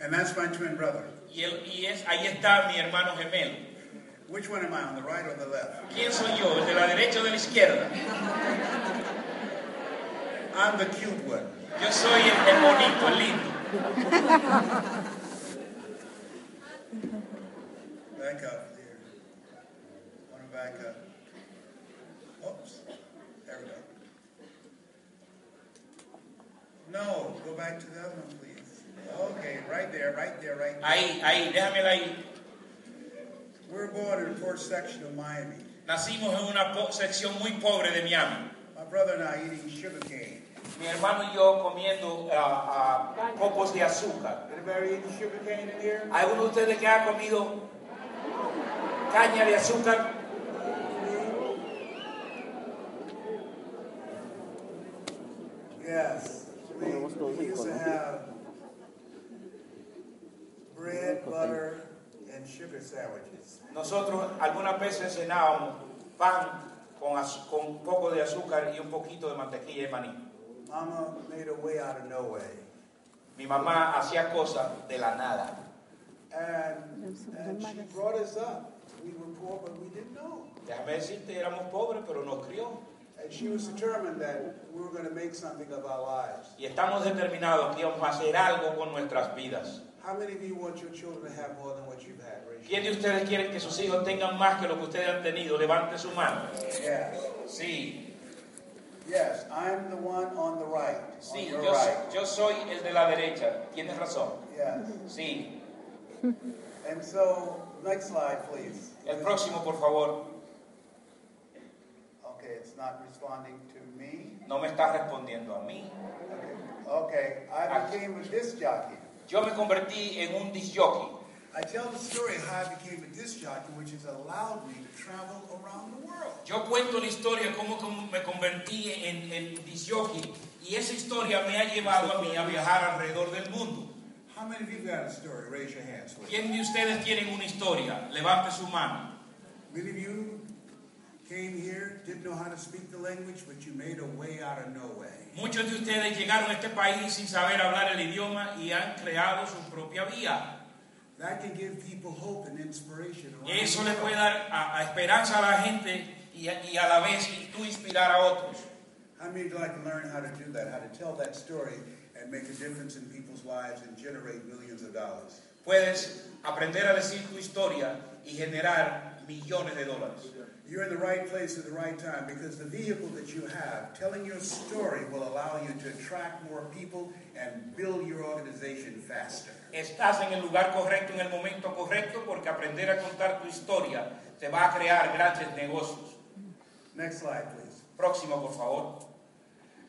Speaker 3: And that's my twin brother.
Speaker 2: Y, él- y es, ahí está mi hermano gemelo.
Speaker 3: Which one am I, on the right or the left?
Speaker 2: ¿Quién soy yo? ¿El de la derecha o de la izquierda?
Speaker 3: I'm the cute one.
Speaker 2: Yo soy el, el bonito, el lindo.
Speaker 3: Back up here. Want to back up? Oops. There we go. No, go back to the other one, please. Okay, right there, right there, right there.
Speaker 2: Ahí, ahí, déjamela ahí.
Speaker 3: We're born in a poor section of Miami.
Speaker 2: Nacimos en una po- sección muy pobre de Miami.
Speaker 3: My brother and I eating sugar cane.
Speaker 2: Mi hermano y yo comiendo ah, ah, copos de azúcar.
Speaker 3: Anybody eating sugar cane in here?
Speaker 2: ¿Alguno de ustedes que ha comido caña de azúcar?
Speaker 3: Yes. We, we used to have bread, butter, and sugar sandwiches.
Speaker 2: Nosotros algunas veces cenábamos pan con, az- con un poco de azúcar y un poquito de mantequilla y maní.
Speaker 3: Mama made a way out of no way.
Speaker 2: Mi mamá hacía cosas de la nada.
Speaker 3: And, and she brought us up. We were poor, but we didn't know.
Speaker 2: Déjame decirte, éramos pobres, pero nos crió.
Speaker 3: And she was determined that we were going to make something of our lives.
Speaker 2: Y estamos determinados que íbamos a hacer algo con nuestras vidas.
Speaker 3: How many of you want your children to have more than what you've had, Rachel?
Speaker 2: ¿Quién de ustedes quiere que sus hijos tengan más que lo que ustedes han tenido? Levante su mano.
Speaker 3: Yes.
Speaker 2: Sí,
Speaker 3: Yes, I'm the one on the right.
Speaker 2: sí,
Speaker 3: on your
Speaker 2: yo,
Speaker 3: right.
Speaker 2: yo soy el de la derecha. Tienes razón.
Speaker 3: Yes.
Speaker 2: Sí.
Speaker 3: And so, next slide, please.
Speaker 2: El próximo, por favor.
Speaker 3: Okay, it's not responding to me.
Speaker 2: No me está respondiendo a mí.
Speaker 3: Okay, okay. I became a disc jockey.
Speaker 2: Yo me convertí en un disc jockey.
Speaker 3: I tell the story of how I became a disc jockey, which has allowed me to travel around the world.
Speaker 2: Yo cuento la historia de cómo com- me convertí en, en disc jockey. Y esa historia me ha llevado a mí a viajar alrededor del mundo.
Speaker 3: How many of you got a story? Raise your hands, please.
Speaker 2: ¿Quién de ustedes tienen una historia? Levante su mano.
Speaker 3: Many of you came here, didn't know how to speak the language, but you made a way out of no way.
Speaker 2: Muchos de ustedes llegaron a este país sin saber hablar el idioma y han creado su propia vía.
Speaker 3: That can give people hope and inspiration. around
Speaker 2: Eso
Speaker 3: the
Speaker 2: le puede
Speaker 3: world.
Speaker 2: dar a, a esperanza a la gente y a, y a la vez y tú inspirar a otros.
Speaker 3: How many would like to learn how to do that, how to tell that story and make a difference in people's lives and generate millions of dollars?
Speaker 2: Puedes aprender a decir tu historia y generar millones de dólares.
Speaker 3: You're in the right place at the right time because the vehicle that you have, telling your story, will allow you to attract more people and build your organization faster.
Speaker 2: Estás en el lugar correcto, en el momento correcto, porque aprender a contar tu historia te va a crear grandes negocios.
Speaker 3: Next slide, please.
Speaker 2: Próximo, por favor.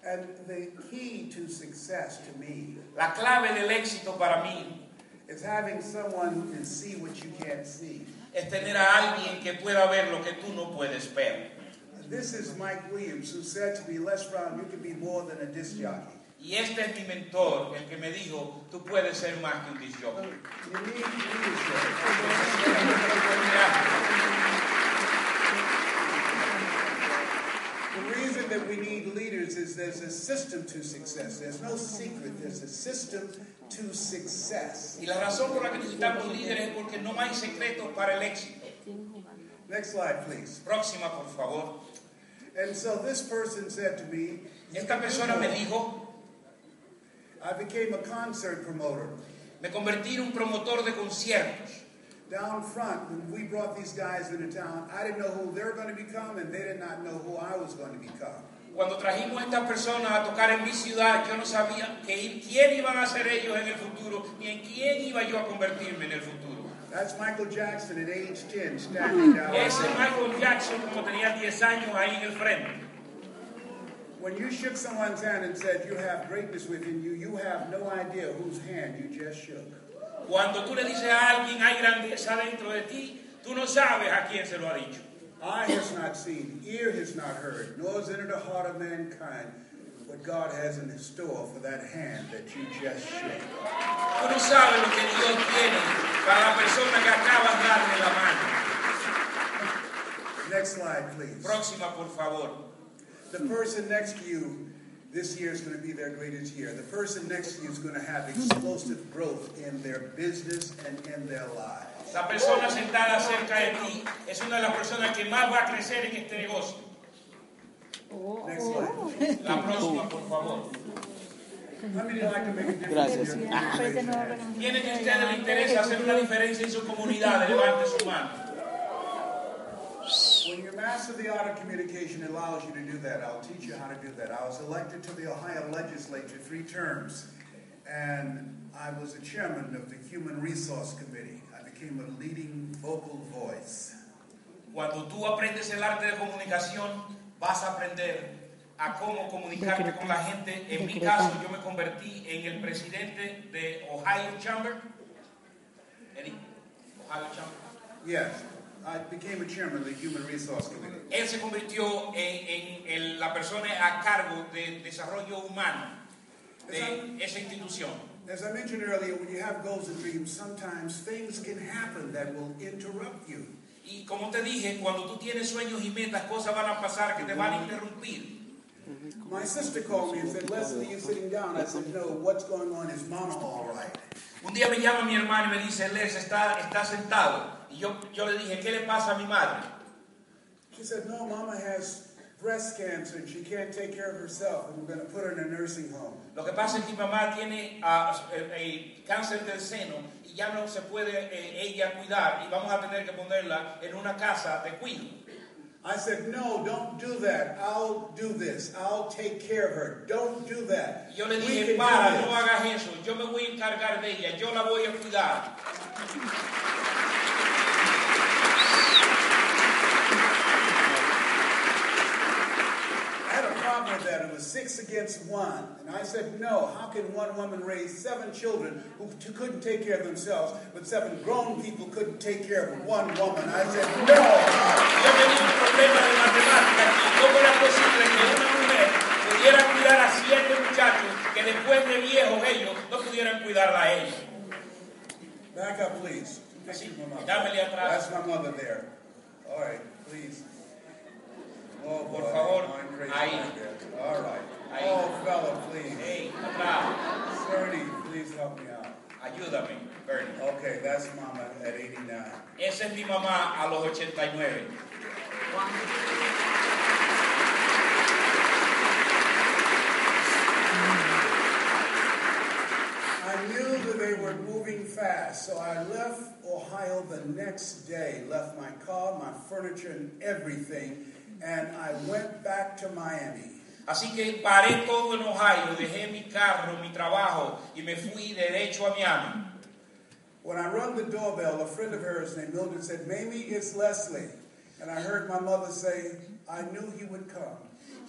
Speaker 3: And the key to success to me
Speaker 2: La clave del éxito para mí
Speaker 3: is having someone who can see what you can't see.
Speaker 2: es tener a alguien que pueda ver lo que tú no puedes ver.
Speaker 3: This is Mike Williams who said to me, Les Brown, you can be more than a disc jockey.
Speaker 2: Y este es mi mentor, el que me dijo, tú puedes ser más que un disc jockey.
Speaker 3: You need leadership. The reason that we need leaders is there's a system to success. There's no secret. There's a system to success.
Speaker 2: Y la razón por la que necesitamos líderes es porque no hay secretos para el éxito.
Speaker 3: Next slide, please.
Speaker 2: Próxima, por favor.
Speaker 3: And so this person said to me,
Speaker 2: Esta persona me dijo,
Speaker 3: I became a concert promoter.
Speaker 2: me convertí en un promotor de conciertos.
Speaker 3: Down front, when we brought these guys into town, I didn't know who they were going to become, and they did not know who I was going to become.
Speaker 2: Cuando trajimos a estas personas a tocar en mi ciudad, yo no sabía que- quién iban a ser ellos en el futuro, ni en quién iba yo a convertirme en el futuro.
Speaker 3: That's Michael Jackson at age 10, standing down.
Speaker 2: Ese Michael Jackson, como tenía 10 años ahí en el frente.
Speaker 3: When you shook someone's hand and said, You have greatness within you, you have no idea whose hand you just shook.
Speaker 2: Cuando tú le dices a alguien hay grandeza dentro de ti, tú no sabes a quién se lo ha dicho.
Speaker 3: Eye has not seen, ear has not heard, nor has entered the heart of mankind what God has in store for that hand that you just shook.
Speaker 2: Tú no sabes lo que Dios tiene para la persona que acabas de darle la mano.
Speaker 3: Next slide, please.
Speaker 2: Próxima, por favor.
Speaker 3: The person next to you this year is going to be their greatest year. The person next to you is going to have explosive growth in their business and in their lives.
Speaker 2: La persona sentada cerca de ti es una de las personas que más va a crecer en este negocio.
Speaker 3: Next slide.
Speaker 2: La próxima, por favor.
Speaker 3: How many would like to make a difference?
Speaker 5: Gracias.
Speaker 3: in your
Speaker 6: Después
Speaker 4: Pues
Speaker 6: de
Speaker 3: organization?
Speaker 6: nuevo con
Speaker 2: ¿Quién de ustedes le interesa hacer una diferencia en su comunidad? Levante su mano.
Speaker 3: When you master the art of communication, it allows you to do that. I'll teach you how to do that. I was elected to the Ohio legislature three terms. and I was the chairman of the Human Resource Committee. I became a leading vocal voice.
Speaker 2: Cuando tú aprendes el arte de comunicación, vas a aprender a cómo comunicarte con la gente. En mi
Speaker 4: Decretar.
Speaker 2: caso, yo me convertí en el presidente de Ohio Chamber. Eddie, Ohio Chamber.
Speaker 3: Yes, I became a chairman of the Human Resource Committee.
Speaker 2: Él se convirtió en, en el- la persona a cargo de desarrollo humano de esa institución.
Speaker 3: As I mentioned earlier, when you have goals and dreams, sometimes things can happen that will interrupt you.
Speaker 2: Y como te dije, cuando tú tienes sueños y metas, cosas van a pasar que te van a interrumpir.
Speaker 3: My sister called me and said, Leslie, you sitting down? I said, no, what's going on? Is mama all right?
Speaker 2: Un día me llama mi hermano y me dice, Les, está, está sentado. Y yo, yo le dije, ¿qué le pasa a mi madre?
Speaker 3: She said, no, mama has breast cancer and she can't take care of herself and we're going to put her in a nursing home.
Speaker 2: Lo que pasa es que mi mamá tiene ah, eh, eh, cáncer del seno y ya no se puede eh, ella cuidar y vamos a tener que ponerla en una casa de cuido.
Speaker 3: I said, no, don't do that. I'll do this. I'll take care of her. Don't do that.
Speaker 2: Y yo le
Speaker 3: We
Speaker 2: dije,
Speaker 3: can
Speaker 2: para,
Speaker 3: do this."
Speaker 2: no hagas eso, yo me voy a encargar de ella, yo la voy a cuidar.
Speaker 3: I had a problem with that. It was six against one. And I said, no, how can one woman raise seven children who t- couldn't take care of themselves, but seven grown people couldn't take care of one woman? I said, no.
Speaker 2: Yo tenía un problema de matemáticas y cómo era posible que una mujer pudiera cuidar a siete muchachos que después de viejos ellos no pudieran cuidarla a ella.
Speaker 3: Back up, please. Thank you, Mama.
Speaker 2: Dámele atrás.
Speaker 3: That's my mother there. All right, please. Oh,
Speaker 2: Por
Speaker 3: boy,
Speaker 2: favor,
Speaker 3: I'm crazy
Speaker 2: ahí.
Speaker 3: like that. All right.
Speaker 2: Ahí.
Speaker 3: Oh, fella, please.
Speaker 2: Hey, atrás,
Speaker 3: Bernie, please help me out.
Speaker 2: ayúdame, Bernie.
Speaker 3: Okay, that's Mama at 89.
Speaker 2: Esa es mi mamá a los 89.
Speaker 3: I knew that they were moving fast, so I left Ohio the next day, left my car, my furniture, and everything, and I went back to Miami.
Speaker 2: Así que paré todo en Ohio, dejé mi carro, mi trabajo y me fui derecho a Miami.
Speaker 3: When I rung the doorbell, a friend of hers named Mildred said, Mamie, it's Leslie. And I heard my mother say, I knew he would come.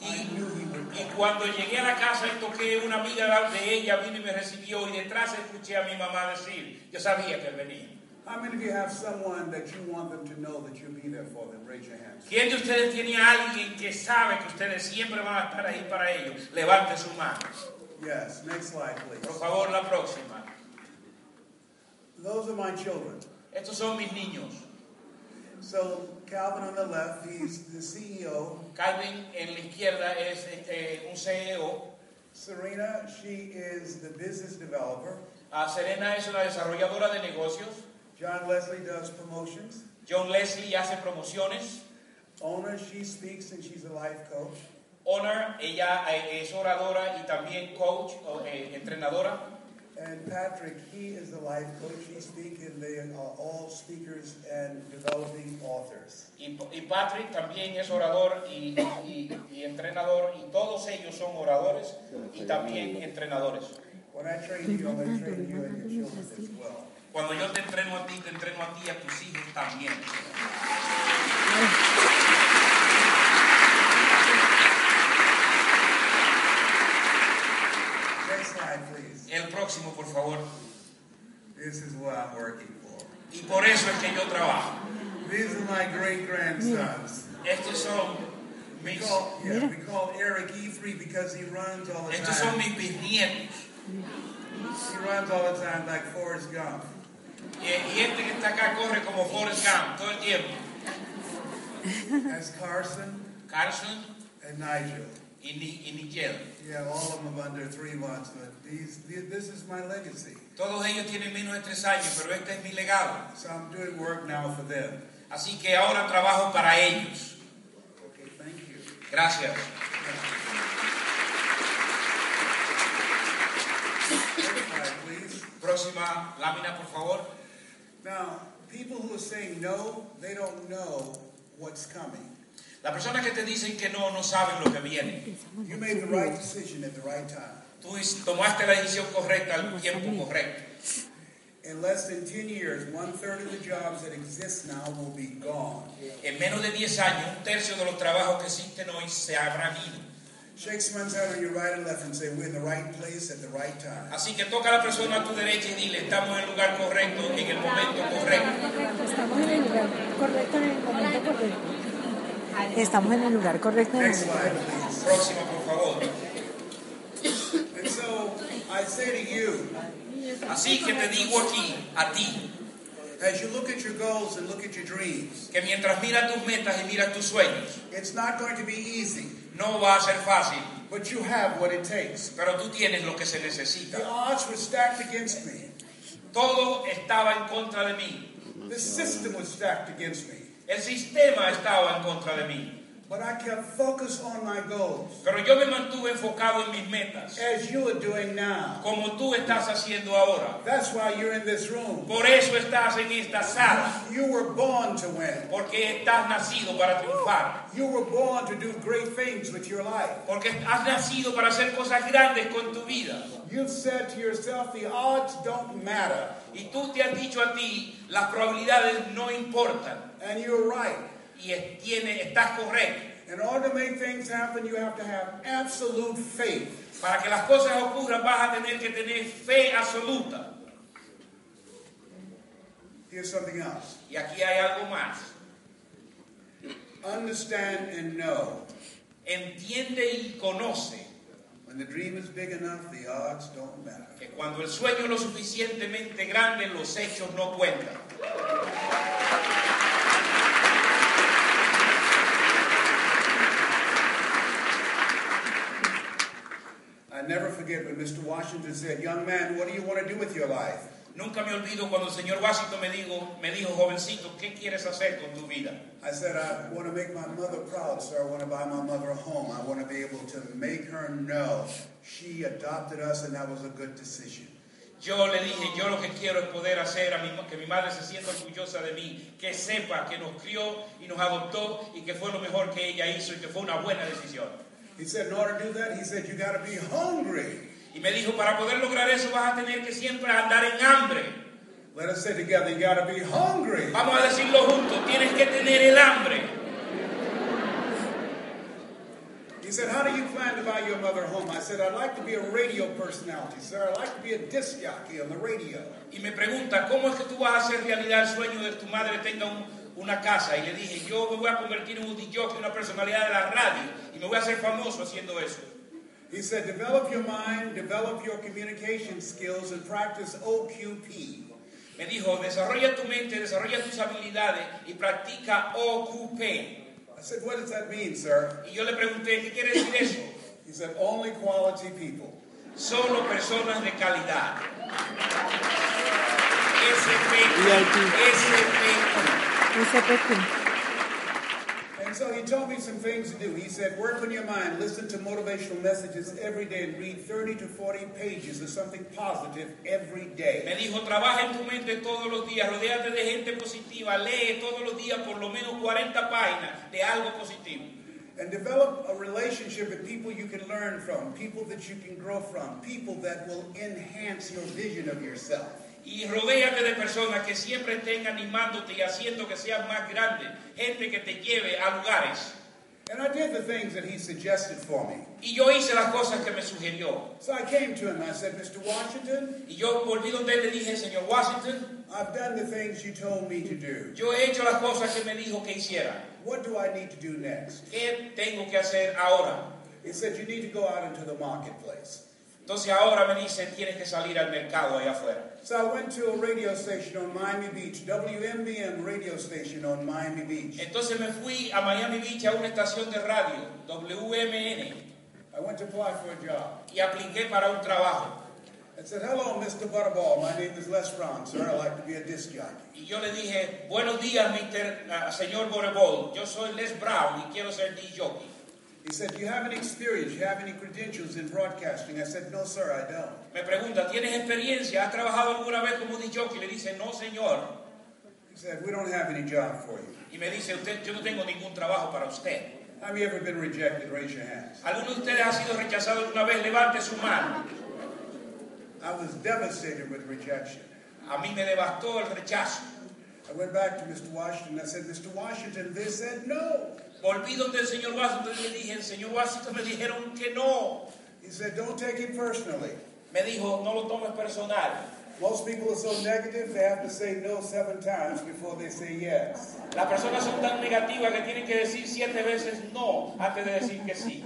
Speaker 3: I
Speaker 2: Y,
Speaker 3: knew he would
Speaker 2: y
Speaker 3: come.
Speaker 2: cuando llegué a la casa y toqué, una amiga de ella vino y me recibió y detrás escuché a mi mamá decir, yo sabía que él venía.
Speaker 3: How many of you have someone that you want them to know that you'll be there for them? Raise your hands.
Speaker 2: ¿Quién de ustedes tiene a alguien que sabe que ustedes siempre van a estar ahí para ellos? Levante su mano.
Speaker 3: Yes, next slide,
Speaker 2: Por
Speaker 3: please.
Speaker 2: favor, la próxima.
Speaker 3: Those are my children.
Speaker 2: Estos son mis niños.
Speaker 3: So Calvin on the left, he's the E CEO.
Speaker 2: Calvin en la izquierda es este, un CEO.
Speaker 3: Serena, she is the business developer.
Speaker 2: Ah, Serena es una desarrolladora de negocios.
Speaker 3: John Leslie does promotions.
Speaker 2: John Leslie hace promociones.
Speaker 3: Ona, she speaks and she's a life coach.
Speaker 2: Honor, ella eh, es oradora y también coach, o, eh, entrenadora.
Speaker 3: And Patrick, he is the life coach. He speaks, and they are all speakers and developing authors.
Speaker 2: Y, y Patrick también es orador y, y- y entrenador. Y todos ellos son oradores y también entrenadores.
Speaker 3: When I train you, I'm going to train you and your children as well.
Speaker 2: Cuando yo te entreno a ti, te entreno a ti y a tus hijos también.
Speaker 3: Next slide, please.
Speaker 2: El próximo, por favor.
Speaker 3: This is what I'm working for.
Speaker 2: Y por eso es que yo trabajo.
Speaker 3: These are my great grandsons.
Speaker 2: Estos son
Speaker 3: We
Speaker 2: mis,
Speaker 3: call, yeah, we call Eric E3 because he runs all the
Speaker 2: estos son
Speaker 3: time.
Speaker 2: mis bisnietos.
Speaker 3: He runs all the time like Forrest Gump.
Speaker 2: Y, y este que está acá corre como Forrest Gump todo el tiempo.
Speaker 3: That's Carson
Speaker 2: Carson
Speaker 3: and Nigel.
Speaker 2: y, Ni- y Nigel.
Speaker 3: Yeah, all of them under three months, but these, this is my legacy.
Speaker 2: Todos ellos tienen menos de tres años, pero este es mi legado.
Speaker 3: So I'm doing work now for them.
Speaker 2: Así que ahora trabajo para ellos.
Speaker 3: Okay, thank you.
Speaker 2: Gracias.
Speaker 3: Next slide, please.
Speaker 2: Próxima lámina, por favor.
Speaker 3: Now, people who are saying no, they don't know what's coming.
Speaker 2: Las personas que te dicen que no, no saben lo que viene.
Speaker 3: You made the right decision at the right time.
Speaker 2: Tú is- tomaste la decisión correcta al tiempo correcto.
Speaker 3: In less than 10 years, one third of the jobs that exist now will be gone.
Speaker 2: En menos de 10 años, un tercio de los trabajos que existen hoy se habrán ido.
Speaker 3: Shake someone's hand on your right and left and say, We're in the right place at the right time.
Speaker 2: Así que toca a la persona a tu derecha y dile, estamos en el lugar correcto, en el momento correcto.
Speaker 4: Estamos en el lugar correcto, en el momento correcto. Estamos en el lugar correcto. en el
Speaker 3: Next
Speaker 4: momento
Speaker 3: slide, please.
Speaker 2: Próxima, por favor.
Speaker 3: And so I say to you,
Speaker 2: Así que te digo aquí, a ti,
Speaker 3: as you look at your goals and look at your dreams,
Speaker 2: que mientras miras tus metas y miras tus sueños,
Speaker 3: it's not going to be easy,
Speaker 2: no va a ser fácil,
Speaker 3: but you have what it takes.
Speaker 2: pero tú tienes lo que se
Speaker 3: The
Speaker 2: necesita.
Speaker 3: odds were stacked against me.
Speaker 2: Todo estaba en contra de mí.
Speaker 3: The system was stacked against me.
Speaker 2: El sistema estaba en contra de mí.
Speaker 3: But I kept focused on my goals,
Speaker 2: Pero yo me mantuve enfocado en mis metas, eh,
Speaker 3: as you are doing now.
Speaker 2: como tú estás haciendo ahora.
Speaker 3: That's why you're in this room.
Speaker 2: Por eso estás en esta sala,
Speaker 3: You were born to win.
Speaker 2: porque estás nacido para triunfar.
Speaker 3: You were born to do great things with your life.
Speaker 2: Porque has nacido para hacer cosas grandes con tu vida.
Speaker 3: You've said to yourself, the odds don't matter.
Speaker 2: Y tú te has dicho a ti, las probabilidades no importan.
Speaker 3: And you're right.
Speaker 2: Y es- tiene, estás correcto.
Speaker 3: In order to make things happen, you have to have absolute faith.
Speaker 2: Para que las cosas ocurran vas a tener que tener fe absoluta.
Speaker 3: Here's something else
Speaker 2: Y aquí hay algo más.
Speaker 3: understand and know.
Speaker 2: Entiende y conoce
Speaker 3: When the dream is big enough, the odds don't matter.
Speaker 2: que cuando el sueño es lo suficientemente grande, los hechos no cuentan.
Speaker 3: I never forget when Mr. Washington said, Young man, what do you want to do with your life?
Speaker 2: Nunca me olvido cuando el señor Washington me dijo, me dijo, jovencito, ¿qué quieres hacer con tu vida?
Speaker 3: I said, I want to make my mother proud, sir. I want to buy my mother a home. I want to be able to make her know she adopted us and that was a good decision.
Speaker 2: Yo le dije, yo lo que quiero es poder hacer a mi ma- que mi madre se sienta orgullosa de mí, que sepa que nos crió y nos adoptó y que fue lo mejor que ella hizo y que fue una buena decisión.
Speaker 3: He said, in order to do that, he said, you got to be hungry.
Speaker 2: Y me dijo, para poder lograr eso vas a tener que siempre andar en hambre.
Speaker 3: Let us say together, you got to be hungry.
Speaker 2: Vamos a decirlo juntos, tienes que tener el hambre.
Speaker 3: He said, How do you plan to buy your mother a home? I said, I'd like to be a radio personality, sir. I'd like to be a disc jockey on the radio.
Speaker 2: Y me pregunta, ¿cómo es que tú vas a hacer realidad el sueño de que tu madre tenga un- una casa? Y le dije, yo me voy a convertir en un DJ, una personalidad de la radio, y me voy a hacer famoso haciendo eso.
Speaker 3: He said, Develop your mind, develop your communication skills, and practice OQP.
Speaker 2: Me dijo, desarrolla tu mente, desarrolla tus habilidades y practica OQP.
Speaker 3: I said, What does that mean, sir?
Speaker 2: Y yo le pregunté, ¿qué quiere decir eso?
Speaker 3: He said, Only quality people.
Speaker 2: Solo personas de calidad. SPQ,
Speaker 7: VIP.
Speaker 2: SPQ.
Speaker 4: SPQ.
Speaker 3: And so he told me some things to do. He said, Work on your mind, listen to motivational messages every day, and read 30 to 40 pages of something positive every day.
Speaker 2: Me dijo, trabaja en tu mente todos los días, rodéate de gente positiva, lee todos los días por lo menos 40 páginas de algo positivo.
Speaker 3: And develop a relationship with people you can learn from, people that you can grow from, people that will enhance your vision of yourself.
Speaker 2: Y rodéate de personas que siempre estén animándote y haciendo que seas más grande, gente que te lleve a lugares.
Speaker 3: And I did the things that he suggested for me.
Speaker 2: Y yo hice las cosas que me sugirió.
Speaker 3: So I came to him, I said, Mr. Washington,
Speaker 2: Y yo volví donde él le dije, señor Washington,
Speaker 3: I've done the things you told me to do.
Speaker 2: yo he hecho las cosas que me dijo que hiciera.
Speaker 3: What do I need to do next?
Speaker 2: ¿Qué tengo que hacer ahora?
Speaker 3: He said, You need to go out into the marketplace.
Speaker 2: Entonces ahora me dice, tienes que salir al mercado allá afuera.
Speaker 3: So I went to a radio station on Miami Beach, WMBM radio station on Miami Beach.
Speaker 2: Entonces me fui a Miami Beach a una estación de radio, WMN,
Speaker 3: I went to apply for a job.
Speaker 2: y apliqué para un trabajo.
Speaker 3: I said, Hello, Mr. Butterball. My name is Les Brown, sir. I'd like to be a disc jockey.
Speaker 2: Y yo le dije, buenos días, Mr. ah, señor Borebol, yo soy Les Brown y quiero ser DJ. jockey".
Speaker 3: He said, Do you have any experience? Do you have any credentials in broadcasting? I said, No, sir, I don't.
Speaker 2: Me pregunta, ¿tienes experiencia? ¿Has trabajado alguna vez como DJ? jockey?" Le dice, no, señor.
Speaker 3: He said, We don't have any job for you.
Speaker 2: Y me dice, usted, yo no tengo ningún trabajo para usted.
Speaker 3: How many ever been rejected? Raise your hands.
Speaker 2: ¿Alguno de ustedes ha sido rechazado alguna vez? Levante su mano.
Speaker 3: I was devastated with rejection.
Speaker 2: A mí me devastó el rechazo.
Speaker 3: I went back to Mr. Washington. I said, Mr. Washington, they said no.
Speaker 2: Volví donde el señor Washington y le dije, el señor Washington me dijeron que no.
Speaker 3: He said, don't take it personally.
Speaker 2: Me dijo, no lo tomes personal.
Speaker 3: Most people are so negative, they have to say no seven times before they say yes.
Speaker 2: Las personas son tan negativas que tienen que decir siete veces no antes de decir que sí.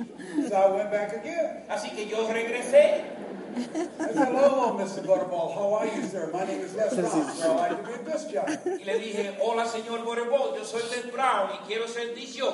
Speaker 3: So I went back again.
Speaker 2: Así que yo regresé.
Speaker 3: I said, hello, Mr. Butterball. How are you, sir? My name is Les Ross. I'd like to be a disc jockey.
Speaker 2: y le dije, hola señor Borebol, yo soy Del Brown y quiero ser DJ.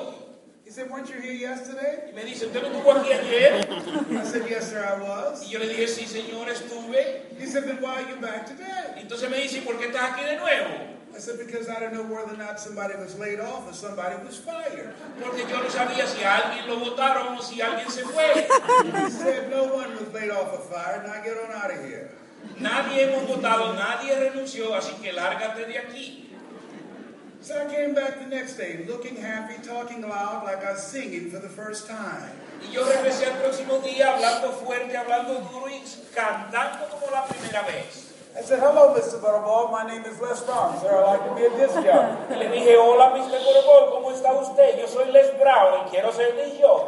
Speaker 3: He said, weren't you here yesterday?
Speaker 2: Y me dice, ¿usted no estuvo aquí ayer?
Speaker 3: I said, yes, sir, I
Speaker 2: Y
Speaker 3: was.
Speaker 2: yo le dije, sí señor, estuve.
Speaker 3: He said, then why are you back today?
Speaker 2: Entonces me dice, "¿Y ¿por qué estás aquí de nuevo?
Speaker 3: I said, because I don't know whether or not somebody was laid off or somebody was fired.
Speaker 2: Porque yo no sabía si a alguien lo votaron o si alguien se fue.
Speaker 3: He said, no one was laid off or fired. Now get on out of here.
Speaker 2: Nadie hemos votado, nadie renunció, así que lárgate de aquí.
Speaker 3: So I came back the next day, looking happy, talking loud, like I was singing for the first time.
Speaker 2: Y yo regresé al próximo día hablando fuerte, hablando duro y cantando como la primera vez.
Speaker 3: I said, hello, Mr. Butterball. My name is Les Brown, sir. I'd like to be a disc jockey.
Speaker 2: Y le dije, hola, Mr. Corbol, ¿cómo está usted? Yo soy Les Brown y quiero ser de yo.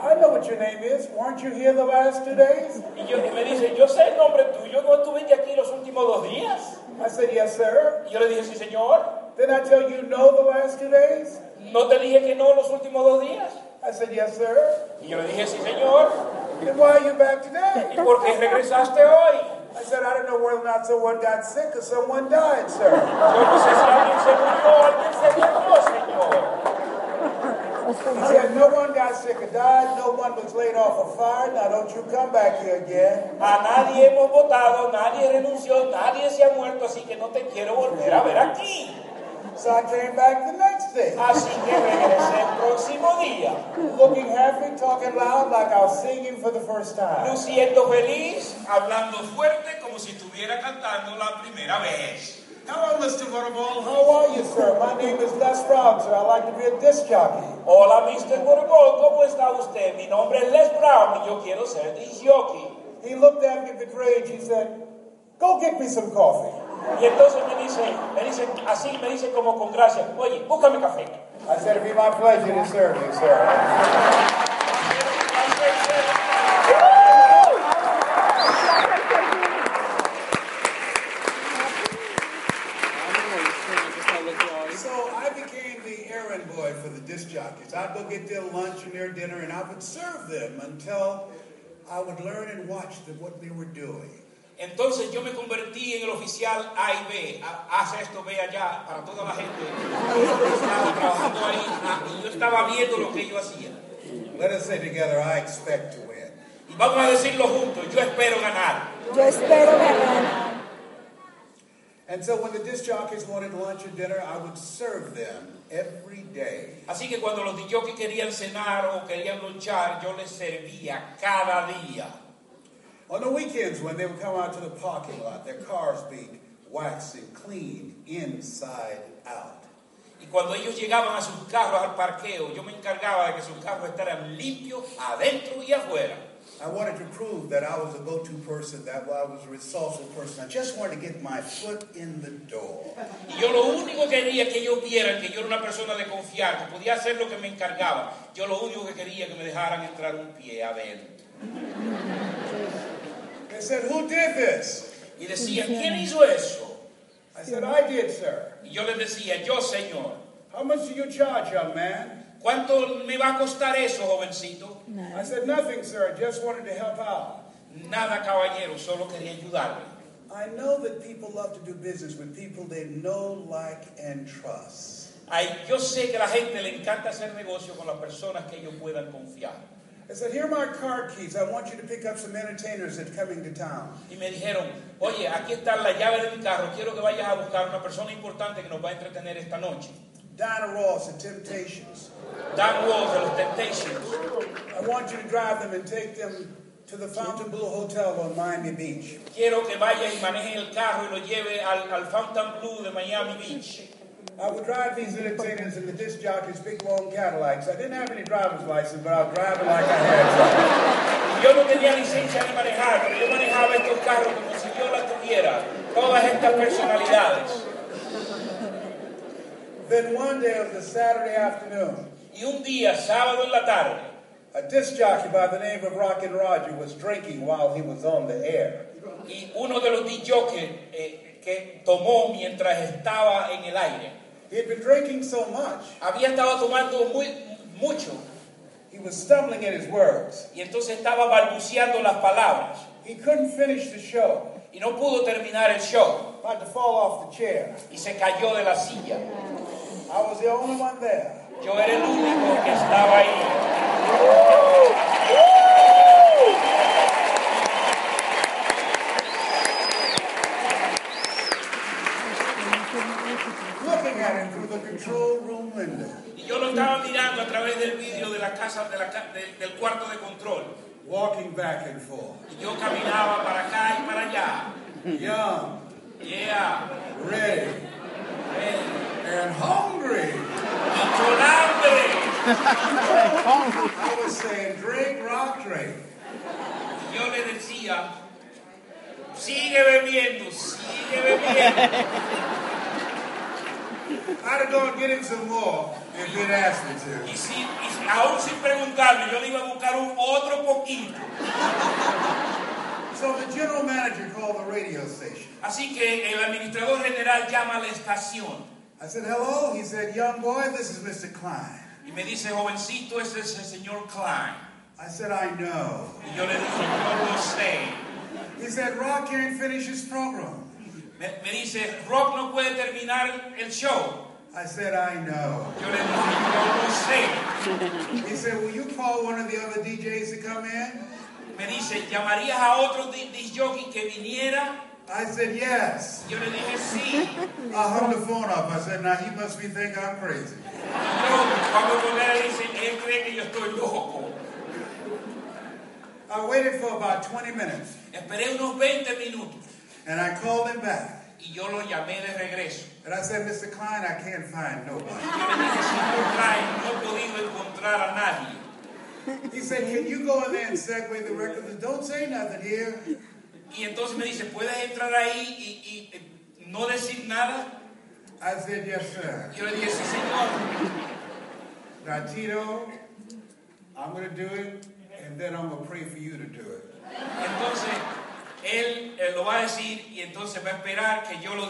Speaker 3: I know what your name is. Weren't you here the last two days?
Speaker 2: Y, yo, y me dice, yo sé el nombre tuyo, ¿no estuviste aquí los últimos dos días?
Speaker 3: I said, yes, sir.
Speaker 2: Y yo le dije, sí, señor.
Speaker 3: Did I tell you no the last two days?
Speaker 2: ¿No te dije que no los últimos dos días?
Speaker 3: I said, yes, sir.
Speaker 2: Y yo le dije, sí, señor.
Speaker 3: Then why are you back today?
Speaker 2: ¿Y por qué regresaste hoy?
Speaker 3: I said, I don't know whether or not someone got sick or someone died, sir.
Speaker 2: Yo no sé si alguien se murió o alguien se murió, señor.
Speaker 3: He said, no one got sick or died. No one was laid off or fired. Now don't you come back here again.
Speaker 2: A nadie hemos votado, nadie renunció, nadie se ha muerto, así que no te quiero volver a ver aquí.
Speaker 3: So I came back the next day,
Speaker 2: Así que regresé el próximo día,
Speaker 3: looking happy, talking loud, like I was singing for the first time.
Speaker 2: luciendo feliz, hablando fuerte como si estuviera cantando la primera vez.
Speaker 3: Hello, Mr. Butterball. How are you, sir? My name is Les Brown, sir. I'd like to be a disc jockey.
Speaker 2: Hola, Mr. Borbón, ¿cómo está usted? Mi nombre es Les Brown y yo quiero ser disjockey.
Speaker 3: He looked at me betrayed. He said, go get me some coffee.
Speaker 2: Y entonces me dice, me dice, así me dice como con gracia, oye, búscame café.
Speaker 3: I said, it'd be my pleasure to serve you, sir. So I became the errand boy for the disc jockeys. I'd go get their lunch and their dinner, and I would serve them until I would learn and watch them, what they were doing.
Speaker 2: Entonces yo me convertí en el oficial A y B, A- haz esto, ve allá, para toda la gente. Yo estaba trabajando ahí ah, y yo estaba viendo lo que ellos hacían.
Speaker 3: Let us say together, I expect to win.
Speaker 2: Y vamos a decirlo juntos, yo espero ganar.
Speaker 4: Yo espero ganar.
Speaker 3: And so when the disc jockeys wanted lunch or dinner, I would serve them every day.
Speaker 2: Así que cuando los dijo que querían cenar o querían luchar, yo les servía cada día.
Speaker 3: On the weekends, when they would come out to the parking lot, their cars being waxed and cleaned inside out.
Speaker 2: Y cuando ellos llegaban a sus carros al parqueo, yo me encargaba de que sus carros estaran limpios adentro y afuera.
Speaker 3: I wanted to prove that I was a go-to person, that I was a resourceful person. I just wanted to get my foot in the door.
Speaker 2: Y yo lo único que quería que ellos vieran que yo era una persona de confiar, que podía hacer lo que me encargaba. Yo lo único que quería que me dejaran entrar un pie adentro.
Speaker 3: They said, who did this?
Speaker 2: Y decía, ¿quién hizo eso?
Speaker 3: I said, I did, sir.
Speaker 2: Y yo les decía, yo señor,
Speaker 3: How much do you charge, young man?
Speaker 2: ¿cuánto me va a costar eso, jovencito?
Speaker 3: I said, nothing, sir. I just wanted to help out.
Speaker 2: Nada, caballero, solo quería ayudarle.
Speaker 3: I know that people love to do business with people they know, like, and trust.
Speaker 2: Ay, yo sé que a la gente le encanta hacer negocio con las personas que ellos puedan confiar.
Speaker 3: I said, here are my card keys. I want you to pick up some entertainers that are coming to town.
Speaker 2: Y me dijeron, oye, aquí está la llave de mi carro, quiero que vayas a buscar una persona importante que nos va a entretener esta noche.
Speaker 3: Dinah Ross and Temptations.
Speaker 2: Dan Walls de los Temptations.
Speaker 3: I want you to drive them and take them to the Fontainebleau Hotel on Miami Beach.
Speaker 2: Quiero que vaya y maneje el carro y lo lleve al, al Fountain Blue de Miami Beach.
Speaker 3: I would drive these entertainers and the disc jockeys, big long Cadillacs. I didn't have any driver's license, but I would drive it like I had
Speaker 2: Y
Speaker 3: some.
Speaker 2: Yo no tenía licencia de manejar, pero yo manejaba estos carros como si yo la tuviera. Todas estas personalidades.
Speaker 3: Then one day, it was a Saturday afternoon,
Speaker 2: Y un día, sábado en la tarde,
Speaker 3: a disc jockey by the name of Rockin' Roger was drinking while he was on the air.
Speaker 2: y uno de los DJs que, eh, que tomó mientras estaba en el aire,
Speaker 3: He had been drinking so much,
Speaker 2: había estado tomando muy, mucho
Speaker 3: he was stumbling at his words.
Speaker 2: y entonces estaba balbuceando las palabras
Speaker 3: He couldn't finish the show.
Speaker 2: y no pudo terminar el show
Speaker 3: About to fall off the chair.
Speaker 2: y se cayó de la silla.
Speaker 3: I was the only one there.
Speaker 2: Yo era el único que estaba ahí.
Speaker 3: looking at him through the control room window.
Speaker 2: Y yo lo estaba mirando a través del vidrio de la casa, de la ca- de- del cuarto de control.
Speaker 3: Walking back and forth.
Speaker 2: Y yo caminaba para acá y para allá.
Speaker 3: Young,
Speaker 2: Yeah.
Speaker 3: ready, and hungry.
Speaker 2: Y con hambre.
Speaker 3: I was saying, drink, rock, drink.
Speaker 2: Y yo le decía, sigue bebiendo, sigue bebiendo.
Speaker 3: I'd have gone get him some more if he'd asked me to.
Speaker 2: Y, sin- y aún sin preguntarme, yo le iba a buscar un otro poquito.
Speaker 3: So the general manager called the radio station.
Speaker 2: Así que el administrador general llama a la estación
Speaker 3: I said, hello. He said, young boy, this is Mr. Klein.
Speaker 2: y me dice, jovencito, ese es el señor Klein.
Speaker 3: I said, I know.
Speaker 2: Y yo le dije, yo lo sé.
Speaker 3: He said, Rock can't finish his program.
Speaker 2: Me, me dice, Rock no puede terminar el show.
Speaker 3: I said, I know.
Speaker 2: Yo le dije, yo lo sé.
Speaker 3: He said, will you call one of the other DJs to come in?
Speaker 2: Me dice, ¿llamarías a otro di- disc jockey que viniera?
Speaker 3: I said, yes.
Speaker 2: Yo le dije sí.
Speaker 3: I hung the phone up. I said, now he must be thinking I'm crazy.
Speaker 2: Yo, Pablo Rivera dice, él cree que yo estoy loco.
Speaker 3: I waited for about 20 minutes
Speaker 2: Esperé unos 20 minutos
Speaker 3: and I called him back.
Speaker 2: y yo lo llamé de regreso.
Speaker 3: And I said, Mr. Klein, I can't find nobody.
Speaker 2: Yo le dije, señor Klein, no he podido encontrar a nadie.
Speaker 3: He said, can you go in there and segue the record? Don't say nothing here.
Speaker 2: Y entonces me dice, ¿puedes entrar ahí y, y, eh, no decir nada?
Speaker 3: I said, yes, sir.
Speaker 2: Yo le dije, sí, señor.
Speaker 3: Now, Tito, I'm going to do it and then I'm going to pray for you to do it.
Speaker 2: Entonces, él eh, lo va a decir y entonces va a esperar que yo lo